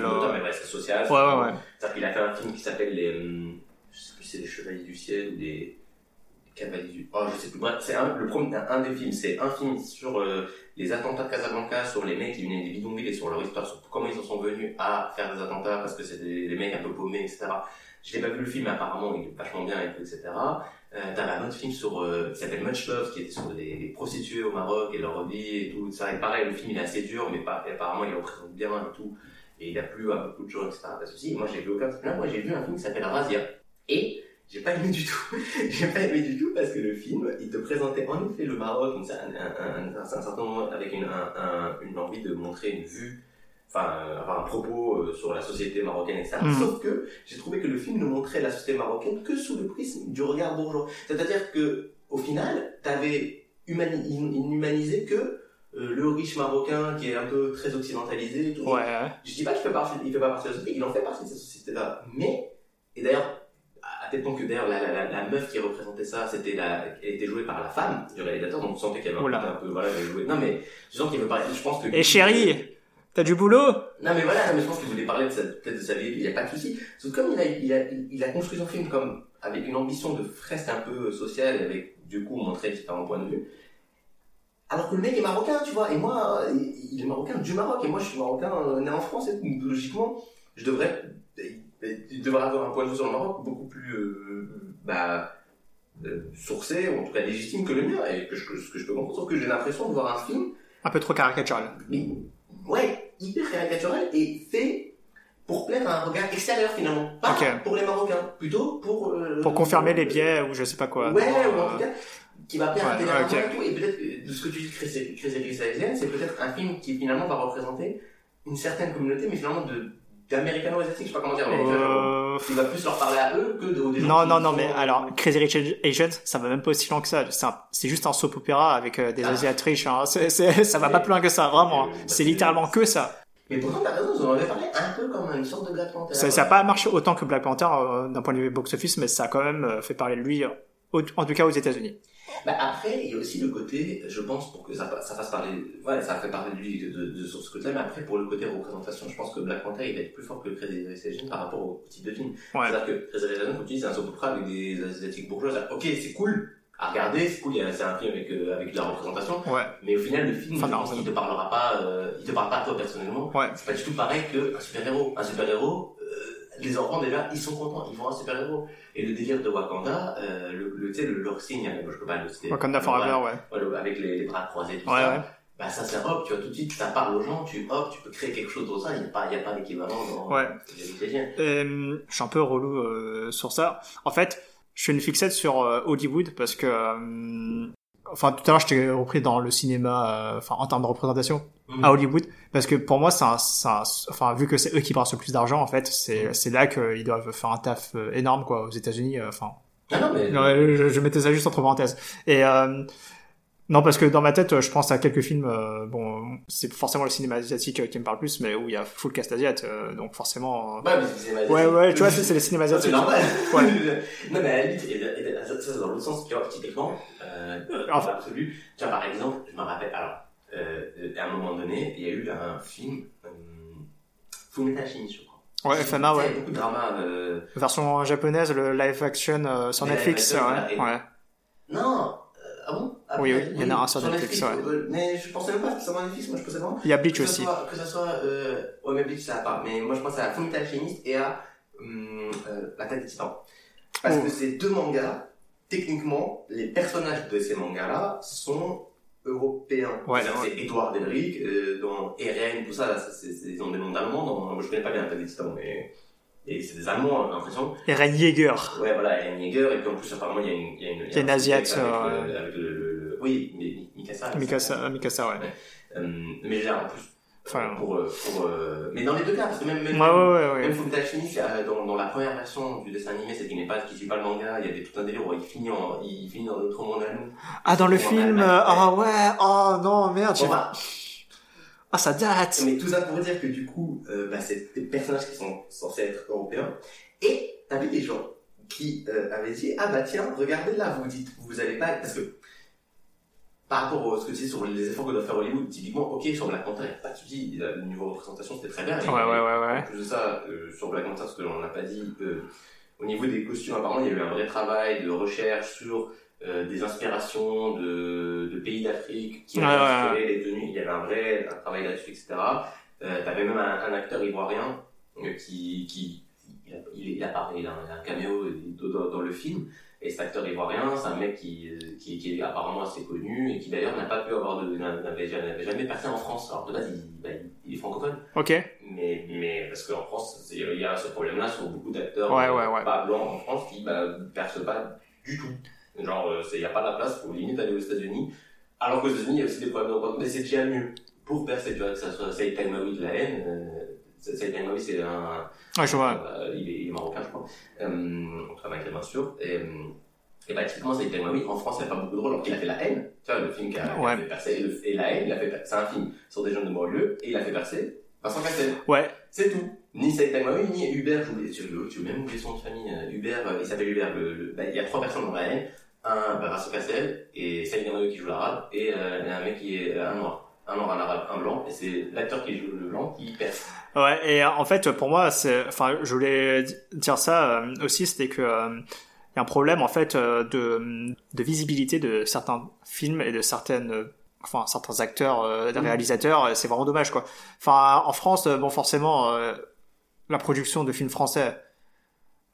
Speaker 1: pas sur du
Speaker 2: euh.
Speaker 1: d'auteur, mais ouais, c'est social.
Speaker 2: ouais ouais ouais
Speaker 1: C'est-à-dire qu'il a fait un film qui s'appelle les. hum, Je sais plus, si c'est les Chevaliers du Ciel ou les. les Cavaliers du. Oh, je sais plus. Bref, c'est un, le premier, un des films. C'est un film sur euh, les attentats de Casablanca, sur les mecs qui venaient des bidonvilles et sur leur histoire, sur comment ils en sont venus à faire des attentats parce que c'est des, des mecs un peu paumés, etc. Je n'ai pas vu le film, mais apparemment il est vachement bien et tout, etc. Euh, T'avais un autre film sur, euh, qui s'appelle Much Love, qui était sur les, les prostituées au Maroc et leur vie et tout ça. Et pareil, le film il est assez dur, mais pas, et apparemment il le représente bien et tout. Et il a plu à beaucoup de gens, etc. Parce que si, moi j'ai vu aucun film. Là, moi j'ai vu un film qui s'appelle Razia. Et j'ai pas aimé du tout. j'ai pas aimé du tout parce que le film, il te présentait en effet le Maroc, donc c'est un, un, un, un, un certain moment avec une, un- un- une envie de montrer une vue, enfin euh, avoir un propos euh, sur la société marocaine, etc.
Speaker 2: Mhm.
Speaker 1: Sauf que j'ai trouvé que le film ne montrait la société marocaine que sous le prisme du regard bourgeois. C'est-à-dire que, au final, t'avais humani- in- inhumanisé que euh, le riche marocain qui est un peu très occidentalisé et tout.
Speaker 2: ouais ouais.
Speaker 1: Je dis pas qu'il fait partie, il fait pas partie de la société, il en fait partie de cette société-là. Mais, et d'ailleurs, à tel point que d'ailleurs, la, la, la, la meuf qui représentait ça, c'était la, elle était jouée par la femme du réalisateur, donc tu sentais qu'elle avait un
Speaker 2: Oula.
Speaker 1: côté un peu, voilà, elle jouait. Non mais, je sens qu'il veut parler, je pense que.
Speaker 2: et Eh, chérie t'as du boulot
Speaker 1: Non mais voilà, mais je pense qu'il voulait parler de sa- peut-être de sa vie, il n'y a pas de souci. Sauf que comme il a, il, a, il a construit son film comme avec une ambition de fresque un peu sociale, avec du coup montrer différents points de vue. Alors que le mec est marocain, tu vois, et moi, euh, il il est marocain du Maroc, et moi je suis marocain euh, né en France, et donc, logiquement, je devrais, il devrait avoir un point de vue sur le Maroc beaucoup plus, euh, bah, euh, sourcé, ou en tout cas légitime que le mien, et que je, que, ce que je peux comprendre, sauf que j'ai l'impression de voir un film
Speaker 2: un peu trop caricatural
Speaker 1: mais ouais, hyper caricatural et fait pour plaire à un regard extérieur finalement, pas
Speaker 2: Ok.
Speaker 1: pour les Marocains, plutôt pour euh,
Speaker 2: pour confirmer les biais ou je sais pas quoi
Speaker 1: Ouais,
Speaker 2: Non,
Speaker 1: ou en tout cas qui va plaire à
Speaker 2: ouais,
Speaker 1: des
Speaker 2: ouais,
Speaker 1: Marocains
Speaker 2: ok.
Speaker 1: et tout. Et peut-être que de ce que tu dis de Crazy Crazy Rich Asian, c'est peut-être un film qui finalement va représenter une certaine communauté, mais finalement de d'américano-asiatiques, je sais pas comment dire, mais
Speaker 2: euh,
Speaker 1: il va plus leur parler à eux que de- aux des gens
Speaker 2: Non,
Speaker 1: qui
Speaker 2: non, non,
Speaker 1: sont-
Speaker 2: mais alors, Crazy Rich Asians, ça va même pas aussi loin que ça. C'est un- C'est juste un soap opéra avec euh, des
Speaker 1: Ah.
Speaker 2: Asiates riches. hein. C'est- c'est- ça va pas plus loin que ça, vraiment. hein. C'est littéralement que ça.
Speaker 1: Mais pourtant, t'as raison, ils en avaient parlé un peu comme une sorte de Black Panther.
Speaker 2: Ça n'a pas marché autant que Black Panther euh, d'un point de vue box-office, mais ça a quand même euh, fait parler de lui, euh, au- en tout cas aux États-Unis.
Speaker 1: Bah après, il y a aussi le côté, je pense, pour que ça, fa- ça fasse parler, voilà, ça fait parler de lui de, de, de- sur ce côté-là, mais après, pour le côté représentation, je pense que Black Panther, il va être plus fort que Crazy Rich Asian par rapport au type de film.
Speaker 2: Ouais.
Speaker 1: C'est-à-dire que Crazy Rich Asian, comme tu dis, c'est un soap opera avec des asiatiques bourgeois, c'est-à-dire, ok, c'est cool à regarder, c'est cool, il y a- c'est un film avec, euh, avec de la représentation,
Speaker 2: Ouais,
Speaker 1: mais au final, le film,
Speaker 2: Enfin,
Speaker 1: je
Speaker 2: non,
Speaker 1: pense
Speaker 2: ça-
Speaker 1: qu'il te parlera pas, euh, il te parle pas à toi personnellement.
Speaker 2: ouais.
Speaker 1: C'est pas du tout pareil qu'un super-héros. Un super-héros, euh, les enfants déjà, ils sont contents, ils font un super-héros. Et le délire de Wakanda, euh, le, le, tu sais, le, leur signe, euh, je peux pas le citer.
Speaker 2: Wakanda Forever, ouais.
Speaker 1: Ouais, le- avec les, les bras croisés, tout
Speaker 2: Ouais,
Speaker 1: ça.
Speaker 2: ouais.
Speaker 1: Bah ça c'est hop, tu vois, tout de suite, ça parle aux gens, tu hop, tu peux créer quelque chose dans ça, il n'y a pas, il y a pas d'équivalent dans
Speaker 2: Ouais.
Speaker 1: les Italiens.
Speaker 2: Euh, je suis un peu relou euh, sur ça. En fait, je suis une fixette sur euh, Hollywood parce que euh, enfin tout à l'heure je t'ai repris dans le cinéma, euh, enfin en termes de représentation
Speaker 1: Mhm.
Speaker 2: à Hollywood, parce que pour moi c'est un, c'est un- enfin vu que c'est eux qui brassent le plus d'argent en fait,
Speaker 1: Mhm.
Speaker 2: c'est c'est là qu'ils doivent faire un taf euh, énorme quoi aux États-Unis, euh, enfin
Speaker 1: Ah non, mais.
Speaker 2: Ouais, je, je mettais ça juste entre parenthèses. Et euh, non, parce que dans ma tête, je pense à quelques films. euh, bon, c'est forcément le cinéma asiatique euh, qui me parle plus, mais où il y a full cast asiate, euh, donc forcément. euh,
Speaker 1: Bah, mais c'est
Speaker 2: Ouais, ouais, tu vois, c'est c'est les cinémas
Speaker 1: Ça, c'est
Speaker 2: asiatiques.
Speaker 1: normal.
Speaker 2: Ouais.
Speaker 1: non, mais à la limite, et- et- ça, ça, c'est dans l'autre sens, tu vois, typiquement, euh,
Speaker 2: Enfin.
Speaker 1: dans l'absolu. Tu vois, par exemple, je me rappelle, alors, euh, euh, à un moment donné, il y a eu un film, euh, Fumeta Alchemist, je crois.
Speaker 2: Ouais, FMA,
Speaker 1: Tu sais, Il y
Speaker 2: ouais.
Speaker 1: a beaucoup de drama. euh,
Speaker 2: Version japonaise, le live action euh, sur
Speaker 1: Le live
Speaker 2: Netflix.
Speaker 1: action,
Speaker 2: ouais.
Speaker 1: voilà,
Speaker 2: ouais.
Speaker 1: Non euh, Ah bon Ah,
Speaker 2: Oui, oui,
Speaker 1: peut-être,
Speaker 2: il y en a un sur Netflix, ouais.
Speaker 1: euh, Mais je pensais même pas que ça soit Netflix, moi je pensais vraiment.
Speaker 2: Il y a Bleach
Speaker 1: Que ça
Speaker 2: aussi.
Speaker 1: soit. Que ça soit euh... Ouais, mais Bleach ça a pas. Mais moi je pensais à Fumita Alchemist et à hum, euh, La tête des titans. Parce
Speaker 2: Oh.
Speaker 1: que ces deux mangas, techniquement, les personnages de ces mangas-là sont européens.
Speaker 2: Ouais,
Speaker 1: C'est-à-dire, C'est Edouard Delric, euh, dans Eren, tout ça, là, ça, c'est- c'est- ils ont des noms d'allemands. dans- Moi je connais pas bien La tête des titans, mais. Et c'est des allemands, j'ai l'impression.
Speaker 2: Et Ren Yeager.
Speaker 1: Ouais, voilà, il y a une Jäger, et puis en plus, apparemment, il y a une. Il y a une, il y a
Speaker 2: une
Speaker 1: un
Speaker 2: Asiate,
Speaker 1: contexte Avec,
Speaker 2: euh,
Speaker 1: le, avec le, le- le- Oui, mais Mi- Mikasa. là, ça-
Speaker 2: Mikasa, Mikasa, ouais.
Speaker 1: Euh, mais je veux dire, en plus.
Speaker 2: Enfin,
Speaker 1: pour, euh, pour, euh, Mais dans les deux cas, parce que même.
Speaker 2: Ouais,
Speaker 1: même
Speaker 2: ouais, ouais, ouais.
Speaker 1: Même Fumita Alchemist, euh, dans, dans la première version du dessin animé, c'est qui n'est pas, qui suit pas le manga, il y a des, tout un délire où il finit, en, il finit dans notre monde à nous.
Speaker 2: Ah, dans le
Speaker 1: Ouais,
Speaker 2: film.
Speaker 1: ouais.
Speaker 2: euh, Ah ouais. Oh non, merde. j'ai-
Speaker 1: Enfin,
Speaker 2: Ah, ça date.
Speaker 1: mais tout ça pour dire que du coup, euh, bah, c'est des personnages qui sont censés être européens. Et t'avais des gens qui euh, avaient dit Ah bah tiens, regardez là, vous dites, vous allez pas. Parce que par rapport à ce que tu dis sur les efforts que doit faire Hollywood, typiquement, ok, sur Black Panther, y a pas de souci, il a- le niveau représentation c'était très bien.
Speaker 2: Ouais, ouais, ouais,
Speaker 1: En
Speaker 2: ouais.
Speaker 1: plus de ça, euh, sur Black Panther, ce que l'on n'a pas dit, euh, au niveau des costumes, apparemment, il y a eu un vrai travail de recherche sur euh, des inspirations de, de pays d'Afrique qui
Speaker 2: Ouais,
Speaker 1: avaient
Speaker 2: ouais,
Speaker 1: inspiré les tenues. Il y avait un vrai un travail là-dessus, etc. Euh, T'avais même un, un acteur ivoirien euh, qui, qui il, a, il, est- il apparaît, il a un, il a un caméo dans, dans- dans le film. Et cet acteur ivoirien, c'est un mec qui, euh, qui, qui est apparemment assez connu et qui d'ailleurs n'a pas pu avoir de, n'a- n'avait jamais, n'avait jamais passé en France. Alors de base, il- bah, il- il est francophone.
Speaker 2: Ok.
Speaker 1: Mais, mais parce qu'en France, c'est- il y a ce problème-là sur beaucoup d'acteurs
Speaker 2: Ouais,
Speaker 1: euh,
Speaker 2: ouais, ouais.
Speaker 1: pas blancs en France qui bah, percent pas du tout. Genre, euh, c'est- il n'y a pas la place, faut limite aller aux États-Unis. Alors qu'aux États-Unis, il y a aussi des problèmes de rencontre, mais c'est déjà mieux. Pour percer, tu vois, que ça soit Saïd Taimawi de la haine, euh, Saïd Taimawi, c'est un,
Speaker 2: Ouais, je vois.
Speaker 1: euh, il, est, il est marocain, je crois. Euh, enfin, malgré bien sûr. Et, euh, et bah, typiquement, c'est Ibrahim oui, En France, il n'y a pas beaucoup de rôles. Alors qu'il a fait La haine, tu vois, le film qui a, qui a
Speaker 2: Ouais.
Speaker 1: fait percer. Et, le- et La haine, il a fait per- c'est un film sur des jeunes de banlieue, et il a fait percer Vincent Cassel.
Speaker 2: Ouais.
Speaker 1: C'est tout. Ni Saïd Tagmaoui, ni Hubert, j'oublie- tu, tu veux même oublier son nom de famille. euh, Hubert, euh, il s'appelle Hubert. le- le- bah, Il y a trois personnes dans la haine. Un bah, Vincent Cassel, et Saïd Tagmaoui qui joue l'arabe, et euh, un mec qui est euh, un noir. Un noir, un arabe, un blanc, et c'est l'acteur qui joue le blanc qui perce.
Speaker 2: Ouais, et euh, en fait, pour moi, c'est, enfin, je voulais di- dire ça euh, aussi, c'était que euh, il y a un problème en fait euh, de, de visibilité de certains films et de certaines, euh, enfin, certains acteurs, euh, des
Speaker 1: Mhm.
Speaker 2: réalisateurs. et C'est vraiment dommage, quoi. Enfin, en France, euh, bon, forcément, euh, la production de films français,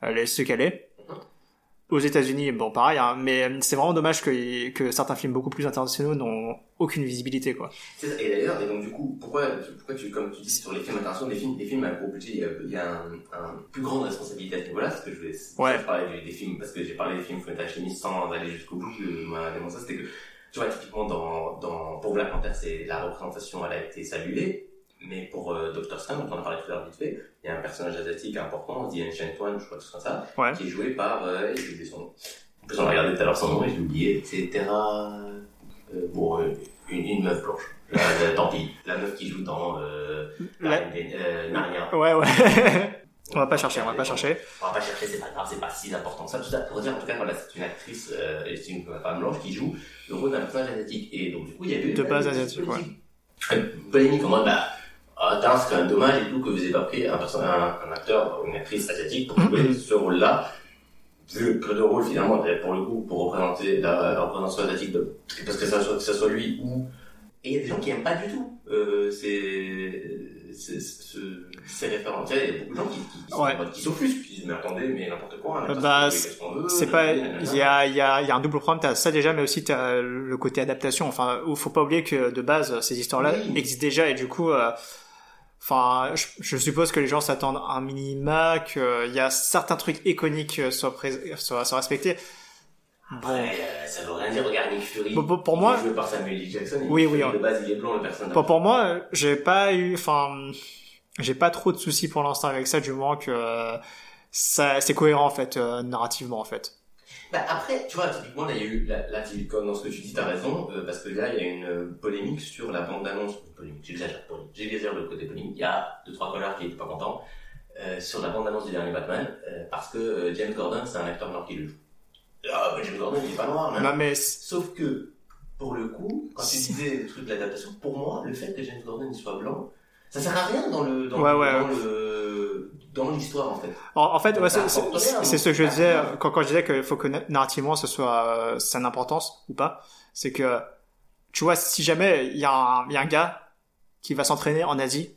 Speaker 2: elle est ce qu'elle est. Aux États-Unis, bon, pareil, hein, mais euh, c'est vraiment dommage que, que certains films beaucoup plus internationaux n'ont aucune visibilité, quoi.
Speaker 1: C'est ça. Et d'ailleurs, et donc du coup, pourquoi, pourquoi tu, comme tu dis sur les films internationaux, les films, les films à gros budget, il y a, il y a un, un plus grande responsabilité à ce niveau-là, parce que je voulais
Speaker 2: Ouais.
Speaker 1: je parlais des, des films, parce que j'ai parlé des films Fumeta Alchemist sans aller jusqu'au bout de ma démonstration, c'était que, tu vois, typiquement dans, dans, pour Black Panther, c'est, la représentation, elle a été saluée, mais pour euh, Dr. Strange, dont on a parlé tout à l'heure vite fait, il y a un personnage asiatique important, The Ancient One, je crois, tout comme ça,
Speaker 2: Ouais.
Speaker 1: qui est joué par, euh, j'ai oublié son nom. En plus, on a regardé tout à l'heure son nom et j'ai oublié, etc. Euh, bon, euh, une, une meuf blanche. La- la- tant pis. La meuf qui joue dans euh,
Speaker 2: La-
Speaker 1: la- euh, Narnia.
Speaker 2: Ouais, ouais. on va pas chercher, on va pas chercher.
Speaker 1: On va pas chercher, c'est pas grave, c'est pas si important que ça. Tout ça pour dire, en tout cas, voilà, c'est une actrice, euh, et c'est une femme blanche qui joue le rôle d'un personnage asiatique. Et donc, du coup, il y a eu
Speaker 2: De
Speaker 1: une-
Speaker 2: base
Speaker 1: une petite
Speaker 2: asiatique,
Speaker 1: politique. Une polémique en mode, bah, ah, tain, c'est quand même dommage et tout que vous ayez pas pris un, perso- un, un acteur ou une actrice asiatique pour jouer
Speaker 2: Mhm.
Speaker 1: ce rôle-là. Vu peu de rôle finalement, mais pour le coup, pour représenter la, la représentation asiatique, de- parce que ça soit, que ça soit lui ou. Et il y a des gens qui aiment pas du tout euh, ces, ces, ce- ces références. Il y a beaucoup de gens qui, qui, qui, sont
Speaker 2: Ouais.
Speaker 1: en mode- qui s'offusent, qui disent mais attendez, mais n'importe quoi, un acteur,
Speaker 2: Bah,
Speaker 1: c'est qu'est-ce qu'on veut,
Speaker 2: C'est pas,
Speaker 1: nanana.
Speaker 2: il y a, il y a, il y a un double problème. T'as ça déjà, mais aussi t'as le côté adaptation. Enfin, où faut pas oublier que de base ces histoires-là
Speaker 1: Oui.
Speaker 2: existent déjà et du coup, euh, enfin, je, je suppose que les gens s'attendent à un minima, qu'il y a certains trucs iconiques euh, soient, prés- soient, soient respectés.
Speaker 1: Après, euh, ça veut rien dire. Regarde Nick Fury.
Speaker 2: Bon, pour
Speaker 1: il est
Speaker 2: moi-
Speaker 1: Joué par Samuel L. Jackson. et
Speaker 2: Oui,
Speaker 1: Nick
Speaker 2: oui,
Speaker 1: Fury,
Speaker 2: hein.
Speaker 1: De base, il est blanc, le personnage.
Speaker 2: Pour, pour moi, euh, j'ai pas eu, enfin, j'ai pas trop de soucis pour l'instant avec ça, du moment que euh, ça, c'est cohérent en fait, euh, narrativement en fait.
Speaker 1: Bah, après, tu vois, typiquement, là, il y a eu, là, là, tu- comme dans ce que tu dis, t'as raison, euh, parce que là, il y a une euh, polémique sur la bande-annonce, polémique, j'exagère, polémique, j'exagère le côté polémique, il y a deux, trois connards qui étaient pas contents, euh, sur la bande-annonce du dernier Batman, euh, parce que euh, James Gordon, c'est un acteur noir qui le joue. Ah, mais James Gordon, il est pas noir, hein.
Speaker 2: Non mais c'est-
Speaker 1: Sauf que, pour le coup, quand tu
Speaker 2: Si.
Speaker 1: disais le truc de l'adaptation, pour moi, le fait que James Gordon il soit blanc, ça sert à rien dans le, dans,
Speaker 2: Ouais,
Speaker 1: le-
Speaker 2: ouais,
Speaker 1: dans le, dans l'histoire, en fait.
Speaker 2: En, en fait, ouais, c'est-
Speaker 1: Ça apporte rien,
Speaker 2: c'est
Speaker 1: donc.
Speaker 2: c'est ce que je
Speaker 1: Ah,
Speaker 2: disais euh,
Speaker 1: ouais.
Speaker 2: quand, quand je disais qu'il faut que na- narrativement ce soit euh, ça a une importance ou pas. C'est que tu vois, si jamais il y, a un- il y a un gars qui va s'entraîner en Asie,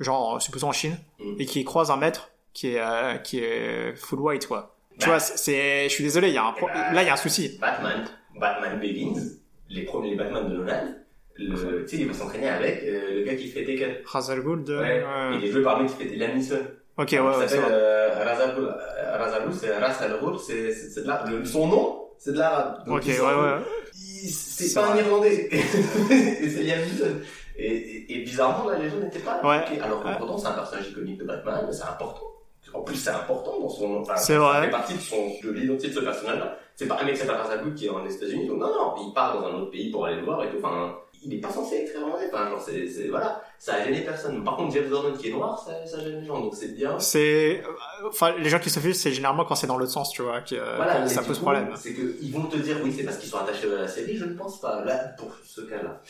Speaker 2: genre euh, supposons en Chine,
Speaker 1: Mm.
Speaker 2: et qui croise un maître qui est euh, qui est full white quoi. Tu
Speaker 1: Bah.
Speaker 2: vois, c'est- c'est, je suis désolé, il y a un pro-
Speaker 1: Eh ben.
Speaker 2: là il y a un souci.
Speaker 1: Batman, Batman Begins, les premiers Batman de Nolan, le, tu sais, il va s'entraîner avec euh, le gars qui fait Tekken.
Speaker 2: Razal Gould, euh,
Speaker 1: Ouais.
Speaker 2: euh,
Speaker 1: Il est joué par le mec qui fait Liam Neeson.
Speaker 2: ok,
Speaker 1: Il
Speaker 2: ouais, ouais, c'est
Speaker 1: s'appelle
Speaker 2: vrai.
Speaker 1: euh, Razalul. Euh, Razalul, c'est Ras Al Ghul, c'est c'est- c'est de la, le- son nom, c'est de l'arabe. Donc,
Speaker 2: Ok,
Speaker 1: euh, il
Speaker 2: ouais,
Speaker 1: s'en fout.
Speaker 2: ouais.
Speaker 1: Il- C'est
Speaker 2: C'est
Speaker 1: pas un
Speaker 2: vrai.
Speaker 1: Irlandais. et c'est Liam Neeson. Et, et, et bizarrement, là, les gens n'étaient pas.
Speaker 2: Ouais.
Speaker 1: impliqués. Alors que
Speaker 2: Ouais.
Speaker 1: pourtant, c'est un personnage iconique de Batman, c'est important. En plus, c'est important dans son. Enfin,
Speaker 2: C'est
Speaker 1: ça
Speaker 2: vrai.
Speaker 1: fait partie de, son- de l'identité de ce personnage-là. C'est pas un mec qui s'appelle Razalou qui est en États-Unis. donc Non, non, il part dans un autre pays pour aller le voir et tout. Enfin, il est pas censé être irlandais. Enfin, genre, c'est, c'est- voilà, ça a gêné personne. Par contre, James Gordon qui est noir, ça, ça gêne les gens. Donc c'est bien.
Speaker 2: C'est, euh, enfin, les gens qui se fichent, c'est généralement quand c'est dans l'autre sens, tu vois, que euh,
Speaker 1: Voilà,
Speaker 2: que ça
Speaker 1: mais
Speaker 2: pose
Speaker 1: du coup,
Speaker 2: problème.
Speaker 1: C'est qu'ils vont te dire oui, c'est parce qu'ils sont attachés à la série, je ne pense pas, là, pour ce cas-là.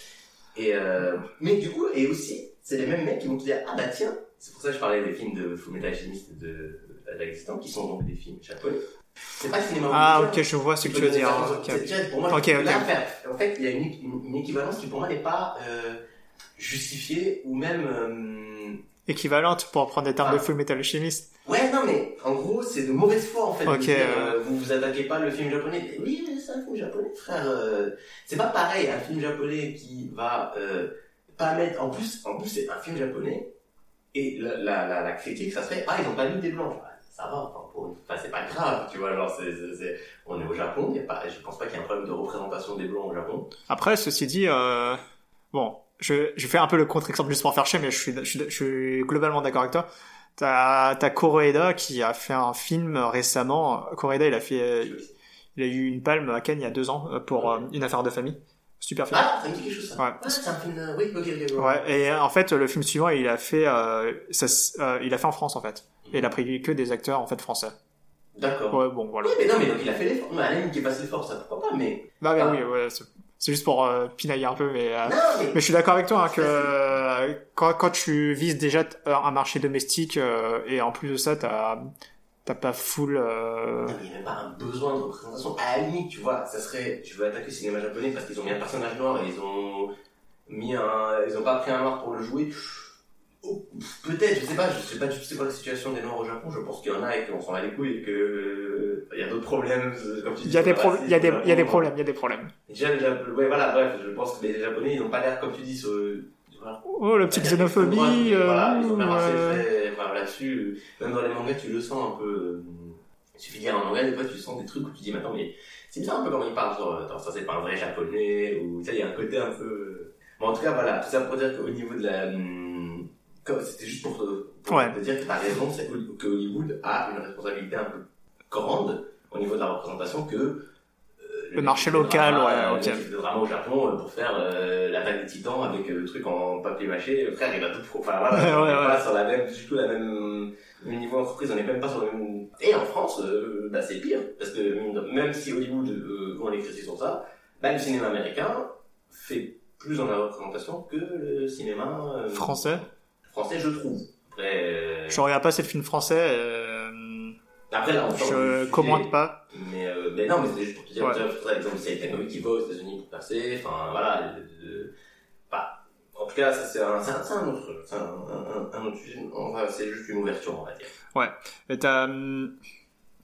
Speaker 1: Et euh, mais du coup, et aussi, c'est les mêmes mecs qui vont te dire ah bah tiens, c'est pour ça que je parlais des films de Fullmetal Alchemist et de d'Alexistant, qui sont donc des films japonais. C'est pas cinéma
Speaker 2: Ah,
Speaker 1: hollywoodien.
Speaker 2: ok, je vois ce que tu veux
Speaker 1: peux
Speaker 2: dire.
Speaker 1: donner ça,
Speaker 2: ok,
Speaker 1: c'est-
Speaker 2: ok.
Speaker 1: c'est- pour moi,
Speaker 2: Ok, ok.
Speaker 1: là, en fait, en fait, il y a une, une- une équivalence qui pour moi n'est pas euh, justifiée ou même euh,
Speaker 2: équivalente pour prendre des termes
Speaker 1: Ah.
Speaker 2: de full metal alchimiste.
Speaker 1: Ouais, non, mais en gros, c'est de mauvaise foi en fait. de
Speaker 2: Ok,
Speaker 1: dire,
Speaker 2: ouais.
Speaker 1: euh, vous vous attaquez pas le film japonais. Mais oui, mais c'est un film japonais, frère. euh, c'est pas pareil, un film japonais qui va euh, pas mettre. En plus, en plus c'est un film japonais. Et la, la, la, la critique, ça serait Ah, ils ont pas mis des blancs. Ah, Ça va, enfin, pour une- enfin, c'est pas grave, tu vois. Genre, c'est, c'est, c'est- On est au Japon, y a pas... je pense pas qu'il y ait un problème de représentation des blancs au Japon.
Speaker 2: Après, ceci dit, euh, bon, je, je fais un peu le contre-exemple juste pour faire chier, mais je suis, je, suis- je suis globalement d'accord avec toi. T'as, t'as Koreeda qui a fait un film récemment. Koreeda, il a fait, euh, il a eu une palme à Cannes il y a deux ans euh, pour euh, une affaire de famille. Super film.
Speaker 1: Ah, ça me dit quelque chose ça.
Speaker 2: Ouais.
Speaker 1: Ah, c'est un film. euh, Oui, ok, ok. je vois.
Speaker 2: Ouais, et euh, en fait, le film suivant, il a fait, euh, ça s- euh, il a fait en France, en fait. Et il a pris que des acteurs, en fait, français.
Speaker 1: D'accord.
Speaker 2: Ouais, bon, voilà.
Speaker 1: Oui, mais non, mais donc il a fait l'effort. Mais à la limite, qu'il fasse l'effort, ça pourquoi pas, mais.
Speaker 2: Bah, bah
Speaker 1: Ah.
Speaker 2: oui, ouais, c'est c'est juste pour euh, pinailler un peu, mais, euh,
Speaker 1: Non, mais.
Speaker 2: Mais je suis d'accord avec toi hein,
Speaker 1: C'est
Speaker 2: que
Speaker 1: facile.
Speaker 2: euh, quand, quand tu vises déjà t- un marché domestique euh, et en plus de ça, t'as t'as pas full. euh,
Speaker 1: Putain, mais Il n'y a même pas un besoin de représentation. À la limite, tu vois, ça serait. Je veux attaquer le cinéma japonais parce qu'ils ont mis un personnage noir et ils ont mis un. Ils ont pas pris un noir pour le jouer. Oh, Peut-être, je sais pas, je sais pas du tout c'est quoi la situation des noirs au Japon. Je pense qu'il y en a et qu'on s'en bat les couilles et que. Il y a d'autres problèmes. euh, comme tu
Speaker 2: Il
Speaker 1: dis,
Speaker 2: y a des
Speaker 1: sur le
Speaker 2: pro- il y a
Speaker 1: racisme
Speaker 2: des
Speaker 1: au
Speaker 2: il y a des
Speaker 1: Japon.
Speaker 2: problèmes, il y a des problèmes.
Speaker 1: Déjà, le Japon- ouais, voilà, bref, je pense que les Japonais, ils n'ont pas l'air, comme tu dis, sur. voilà,
Speaker 2: Oh la petite
Speaker 1: Il y a des
Speaker 2: xénophobie.
Speaker 1: extrêmes droites,
Speaker 2: euh,
Speaker 1: Voilà, ils ont bien marché
Speaker 2: euh,
Speaker 1: fait, enfin, là-dessus. euh, Même dans les mangas, tu le sens un peu. euh, Il suffit de lire un manga, des fois, tu sens des trucs où tu dis, mais attends, mais c'est bizarre un peu comment ils parlent. Genre, euh, attends, ça, c'est pas un vrai japonais, ou tu sais, il y a un côté un peu. euh. Bon, en tout cas, voilà, tout ça pour dire qu'au niveau de la. hum, comme- C'était juste pour te, pour
Speaker 2: Ouais.
Speaker 1: te dire que t'as raison, c'est que que Hollywood a une responsabilité un peu grande au niveau de la représentation que. euh,
Speaker 2: Le marché
Speaker 1: film de
Speaker 2: local,
Speaker 1: drama,
Speaker 2: ouais,
Speaker 1: euh,
Speaker 2: ok.
Speaker 1: le film de drama au Japon euh, pour faire euh, l'attaque des titans avec euh, le truc en papier mâché. Euh, Frère, il va tout pro. Enfin voilà,
Speaker 2: Ouais,
Speaker 1: on
Speaker 2: ouais,
Speaker 1: est pas sur la même, du tout la même le même niveau d'entreprise, on n'est même pas sur le même. Et en France, euh, bah, c'est pire parce que euh, même si Hollywood, euh, on les critique sur ça, bah, le cinéma américain fait plus dans la représentation que le cinéma euh,
Speaker 2: Français.
Speaker 1: Français, je trouve. Après, euh,
Speaker 2: Je regarde pas ces films français. euh,
Speaker 1: après là, on sort du
Speaker 2: je
Speaker 1: sujet.
Speaker 2: commente pas.
Speaker 1: Mais, euh, mais non, mais c'était juste pour te dire,
Speaker 2: Ouais.
Speaker 1: tu vois, c'est pour ça, exemple, c'est Tanguy qui va aux États-Unis pour percer, enfin voilà. le- le- bah, en tout cas, ça c'est un, c'est un, c'est un autre, c'est un, un- un autre sujet. On va- c'est juste une ouverture, on va dire.
Speaker 2: Et T'as hum,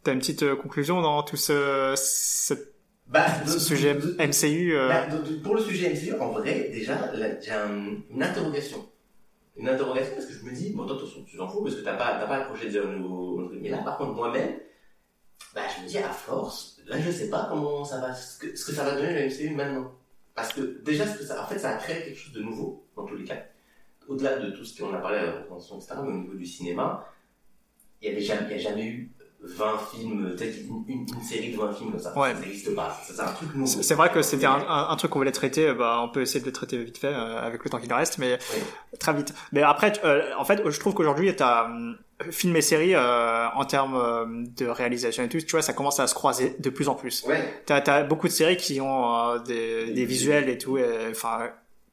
Speaker 2: t'as une petite euh, conclusion dans tout ce cette-
Speaker 1: Bah,
Speaker 2: ce sujet MCU. euh,
Speaker 1: Bah, donc, donc, pour le sujet MCU, en vrai, déjà, là, j'ai un- une interrogation. Une interrogation parce que je me dis, bon, toi, t'en- tu t'en fous parce que t'as pas, t'as pas accroché déjà au nouveau au truc. Mais là, par contre, moi-même, bah, je me dis, à force, là, je sais pas comment ça va, ce que, ce que ça va donner le MCU maintenant. Parce que, déjà, ce que ça, en fait, ça a créé quelque chose de nouveau, dans tous les cas. Au-delà de tout ce qu'on a parlé euh, à la convention, etc., mais au niveau du cinéma, il y a déjà, il y a jamais eu 20 films, peut-être une, une, une série de 20 films comme ça.
Speaker 2: Ouais.
Speaker 1: Ça n'existe pas. Ça, C'est un truc nouveau.
Speaker 2: C'est c'est vrai que c'était un, un- un truc qu'on voulait traiter, euh, bah, on peut essayer de le traiter vite fait euh, avec le temps qu'il nous reste, mais très vite. Mais après, tu- euh, en fait, je trouve qu'aujourd'hui, t'as hum, film et série euh, en termes euh, de réalisation et tout, tu vois, ça commence à se croiser de plus en plus.
Speaker 1: Ouais.
Speaker 2: T'as as beaucoup de séries qui ont euh, des, des
Speaker 1: Des
Speaker 2: visuels et tout, et, enfin,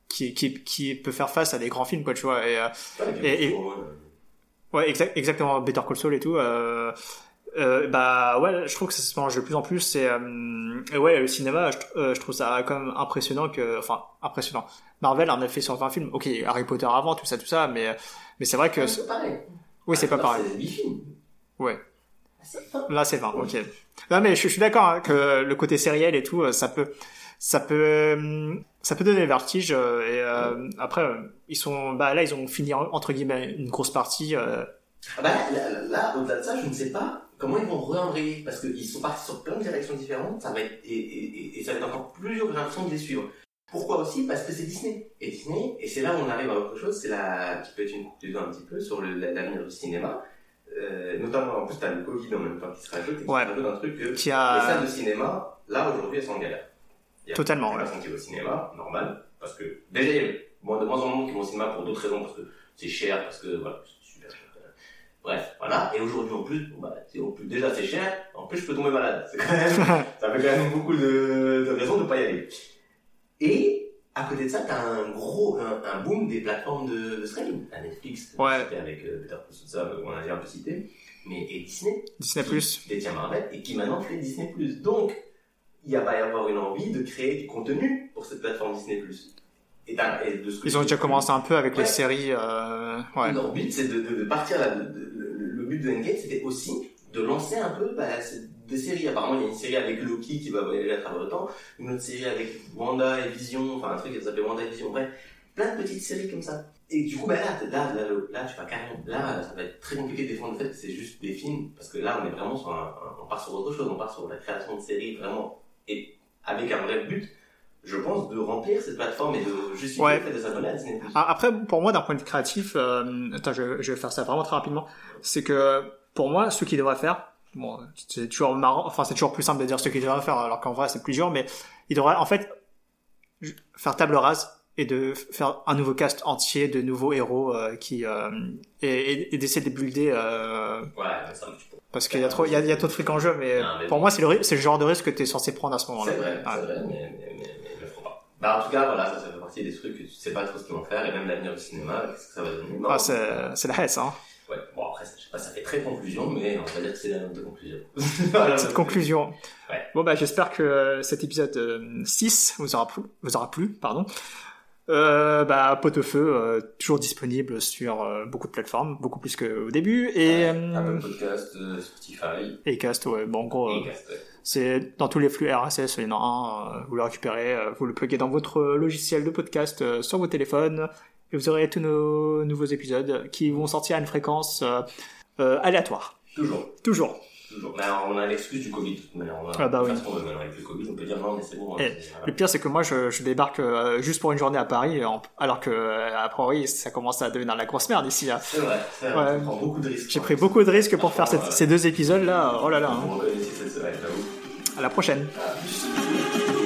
Speaker 2: qui, qui, qui peut faire face à des grands films, quoi, tu vois. Et, euh,
Speaker 1: Ouais, puis,
Speaker 2: Et- et-
Speaker 1: bon, ouais.
Speaker 2: Ouais, exa- exactement. Better Call Saul et tout. Euh, euh, bah ouais, je trouve que ça se mange de plus en plus. Et, euh, et ouais, le cinéma, je, tr- euh, je trouve ça quand même impressionnant que, enfin, impressionnant. Marvel en a fait 120 films. Ok, Harry Potter avant, tout ça, tout ça, mais mais c'est vrai que
Speaker 1: Ouais, Ah, c'est pas pareil.
Speaker 2: oui, c'est pas pareil.
Speaker 1: Ah, bah, C'est 8 films.
Speaker 2: Ouais.
Speaker 1: Ah, C'est pas-
Speaker 2: Là, c'est 20, ok. Non, mais je, je suis d'accord hein, que le côté sériel et tout, euh, ça peut, ça peut, hum, ça peut donner le vertige. euh, Et euh, après, euh, ils sont, bah là, ils ont fini entre guillemets une grosse partie. euh,
Speaker 1: Ah bah là, là, là, là, au-delà de ça, je ne sais pas comment ils vont réembrayer parce qu'ils sont partis sur plein de directions différentes. Ça va être et, et- et- et ça va être encore plus dur j'ai l'impression de les suivre. Pourquoi aussi Parce que c'est Disney. Et Disney, et c'est là où on arrive à autre chose, c'est la qui peut être une conclusion un petit peu sur le- la- l'avenir du cinéma. Euh, notamment en plus t'as le Covid en même temps qui se rajoute et qui
Speaker 2: Ouais.
Speaker 1: se rajoute un truc que
Speaker 2: qui
Speaker 1: les
Speaker 2: a
Speaker 1: salles de cinéma, là aujourd'hui elles sont en galère. Il y a
Speaker 2: totalement.
Speaker 1: des
Speaker 2: ouais.
Speaker 1: personnes qui vont au cinéma, normal, parce que déjà il y a moins de moins en moins qui vont au cinéma pour d'autres raisons, parce que c'est cher, parce que voilà, c'est super cher. Bref, voilà, et aujourd'hui en plus, bon, bah, c'est- en plus, déjà c'est cher, en plus je peux tomber malade, c'est quand même, ça fait quand même beaucoup de, de raisons de ne pas y aller. Et à côté de ça, t'as un gros, un, un boom des plateformes de, de streaming, à Netflix,
Speaker 2: Ouais.
Speaker 1: c'était avec euh, Peter Plus, tout ça, euh, on a déjà un peu cité, mais et Disney,
Speaker 2: Disney Plus.
Speaker 1: qui détient Marvel et qui maintenant fait Disney+. Donc, il y a- va y avoir une envie de créer du contenu pour cette plateforme Disney+. Et, d'un- et de ce que
Speaker 2: Ils ont
Speaker 1: j'ai
Speaker 2: déjà
Speaker 1: vu,
Speaker 2: commencé un peu avec les
Speaker 1: Ouais.
Speaker 2: séries. euh, ouais.
Speaker 1: Leur but, c'est de, de- de partir là. de- de- le, le but de Endgame, c'était aussi de lancer un peu bah, cette- des séries. Apparemment, il y a une série avec Loki qui va voyager à travers le temps, une autre série avec Wanda et Vision, enfin un truc qui s'appelait Wanda et Vision. Bref, plein de petites séries comme ça. Et du coup, bah, là, t'es- là, là, le- là, tu vas carrément. Là, ça va être très compliqué de défendre le fait que c'est juste des films, parce que là, on est vraiment sur un, un- on part sur autre chose, on part sur la création de séries vraiment et avec un vrai but. Je pense de remplir cette plateforme et de justifier
Speaker 2: Ouais.
Speaker 1: le fait de s'abonner à Disney+.
Speaker 2: Ah, Après, pour moi, d'un point de vue créatif, euh, attends, je, je vais faire ça vraiment très rapidement. C'est que pour moi, ce qu'il devrait faire, bon, c'est toujours marrant, enfin, c'est toujours plus simple de dire ce qu'il devrait faire, alors qu'en vrai, c'est plus dur, mais il devrait en fait ju- faire table rase et de f- faire un nouveau cast entier de nouveaux héros euh, qui euh, et, et- et d'essayer de les builder euh,
Speaker 1: Voilà, c'est un petit peu.
Speaker 2: parce qu'il y a trop il y a, il y a trop de trucs en jeu mais,
Speaker 1: Non, mais
Speaker 2: pour moi c'est le ri- c'est le genre de risque que tu es censé prendre à ce moment-là
Speaker 1: C'est vrai,
Speaker 2: Ouais.
Speaker 1: c'est vrai, mais, mais, mais, mais ils le feront pas. Bah, en tout cas, voilà, ça, ça fait partie des trucs que tu sais pas trop ce qu'ils vont faire, et même l'avenir du cinéma, qu'est-ce que ça va donner. Non.
Speaker 2: Ah, c'est c'est la hesse hein
Speaker 1: Ouais, bon, après, ça- je sais pas, ça fait très conclusion, mais on va dire que c'est la note de conclusion. voilà,
Speaker 2: Petite conclusion.
Speaker 1: Ouais.
Speaker 2: Bon bah j'espère que euh, cet épisode euh, 6 vous aura plu, vous aura plu pardon. Euh, bah pot-au-feu euh, toujours disponible sur euh, beaucoup de plateformes, beaucoup plus qu'au début et euh,
Speaker 1: Apple Podcast, euh, Spotify,
Speaker 2: et Cast ouais bon en gros euh,
Speaker 1: Acast, ouais.
Speaker 2: c'est dans tous les flux RSS il y en a un euh, vous le récupérez euh, vous le pluguez dans votre logiciel de podcast euh, sur vos téléphones et vous aurez tous nos nouveaux épisodes qui vont sortir à une fréquence euh, euh, aléatoire
Speaker 1: Toujours,
Speaker 2: toujours.
Speaker 1: toujours. Mais alors, on a l'excuse du Covid, de toute manière. On a,
Speaker 2: Ah bah
Speaker 1: de toute
Speaker 2: oui.
Speaker 1: façon, maintenant, avec le Covid, on peut dire non, mais c'est bon. hein,
Speaker 2: Eh,
Speaker 1: c'est- voilà.
Speaker 2: Le pire, c'est que moi, je, je débarque euh, juste pour une journée à Paris, en- alors que, euh, a priori, ça commence à devenir la grosse merde ici. là.
Speaker 1: C'est vrai, c'est vrai,
Speaker 2: Ouais.
Speaker 1: on prend beaucoup de risques. hein.
Speaker 2: J'ai pris beaucoup de risques pour faire cette-
Speaker 1: Ouais.
Speaker 2: ces deux épisodes-là. Oh là là,
Speaker 1: Vous
Speaker 2: hein.
Speaker 1: reconnaissez cette semaine, j'avoue.
Speaker 2: à la prochaine.
Speaker 1: Ah,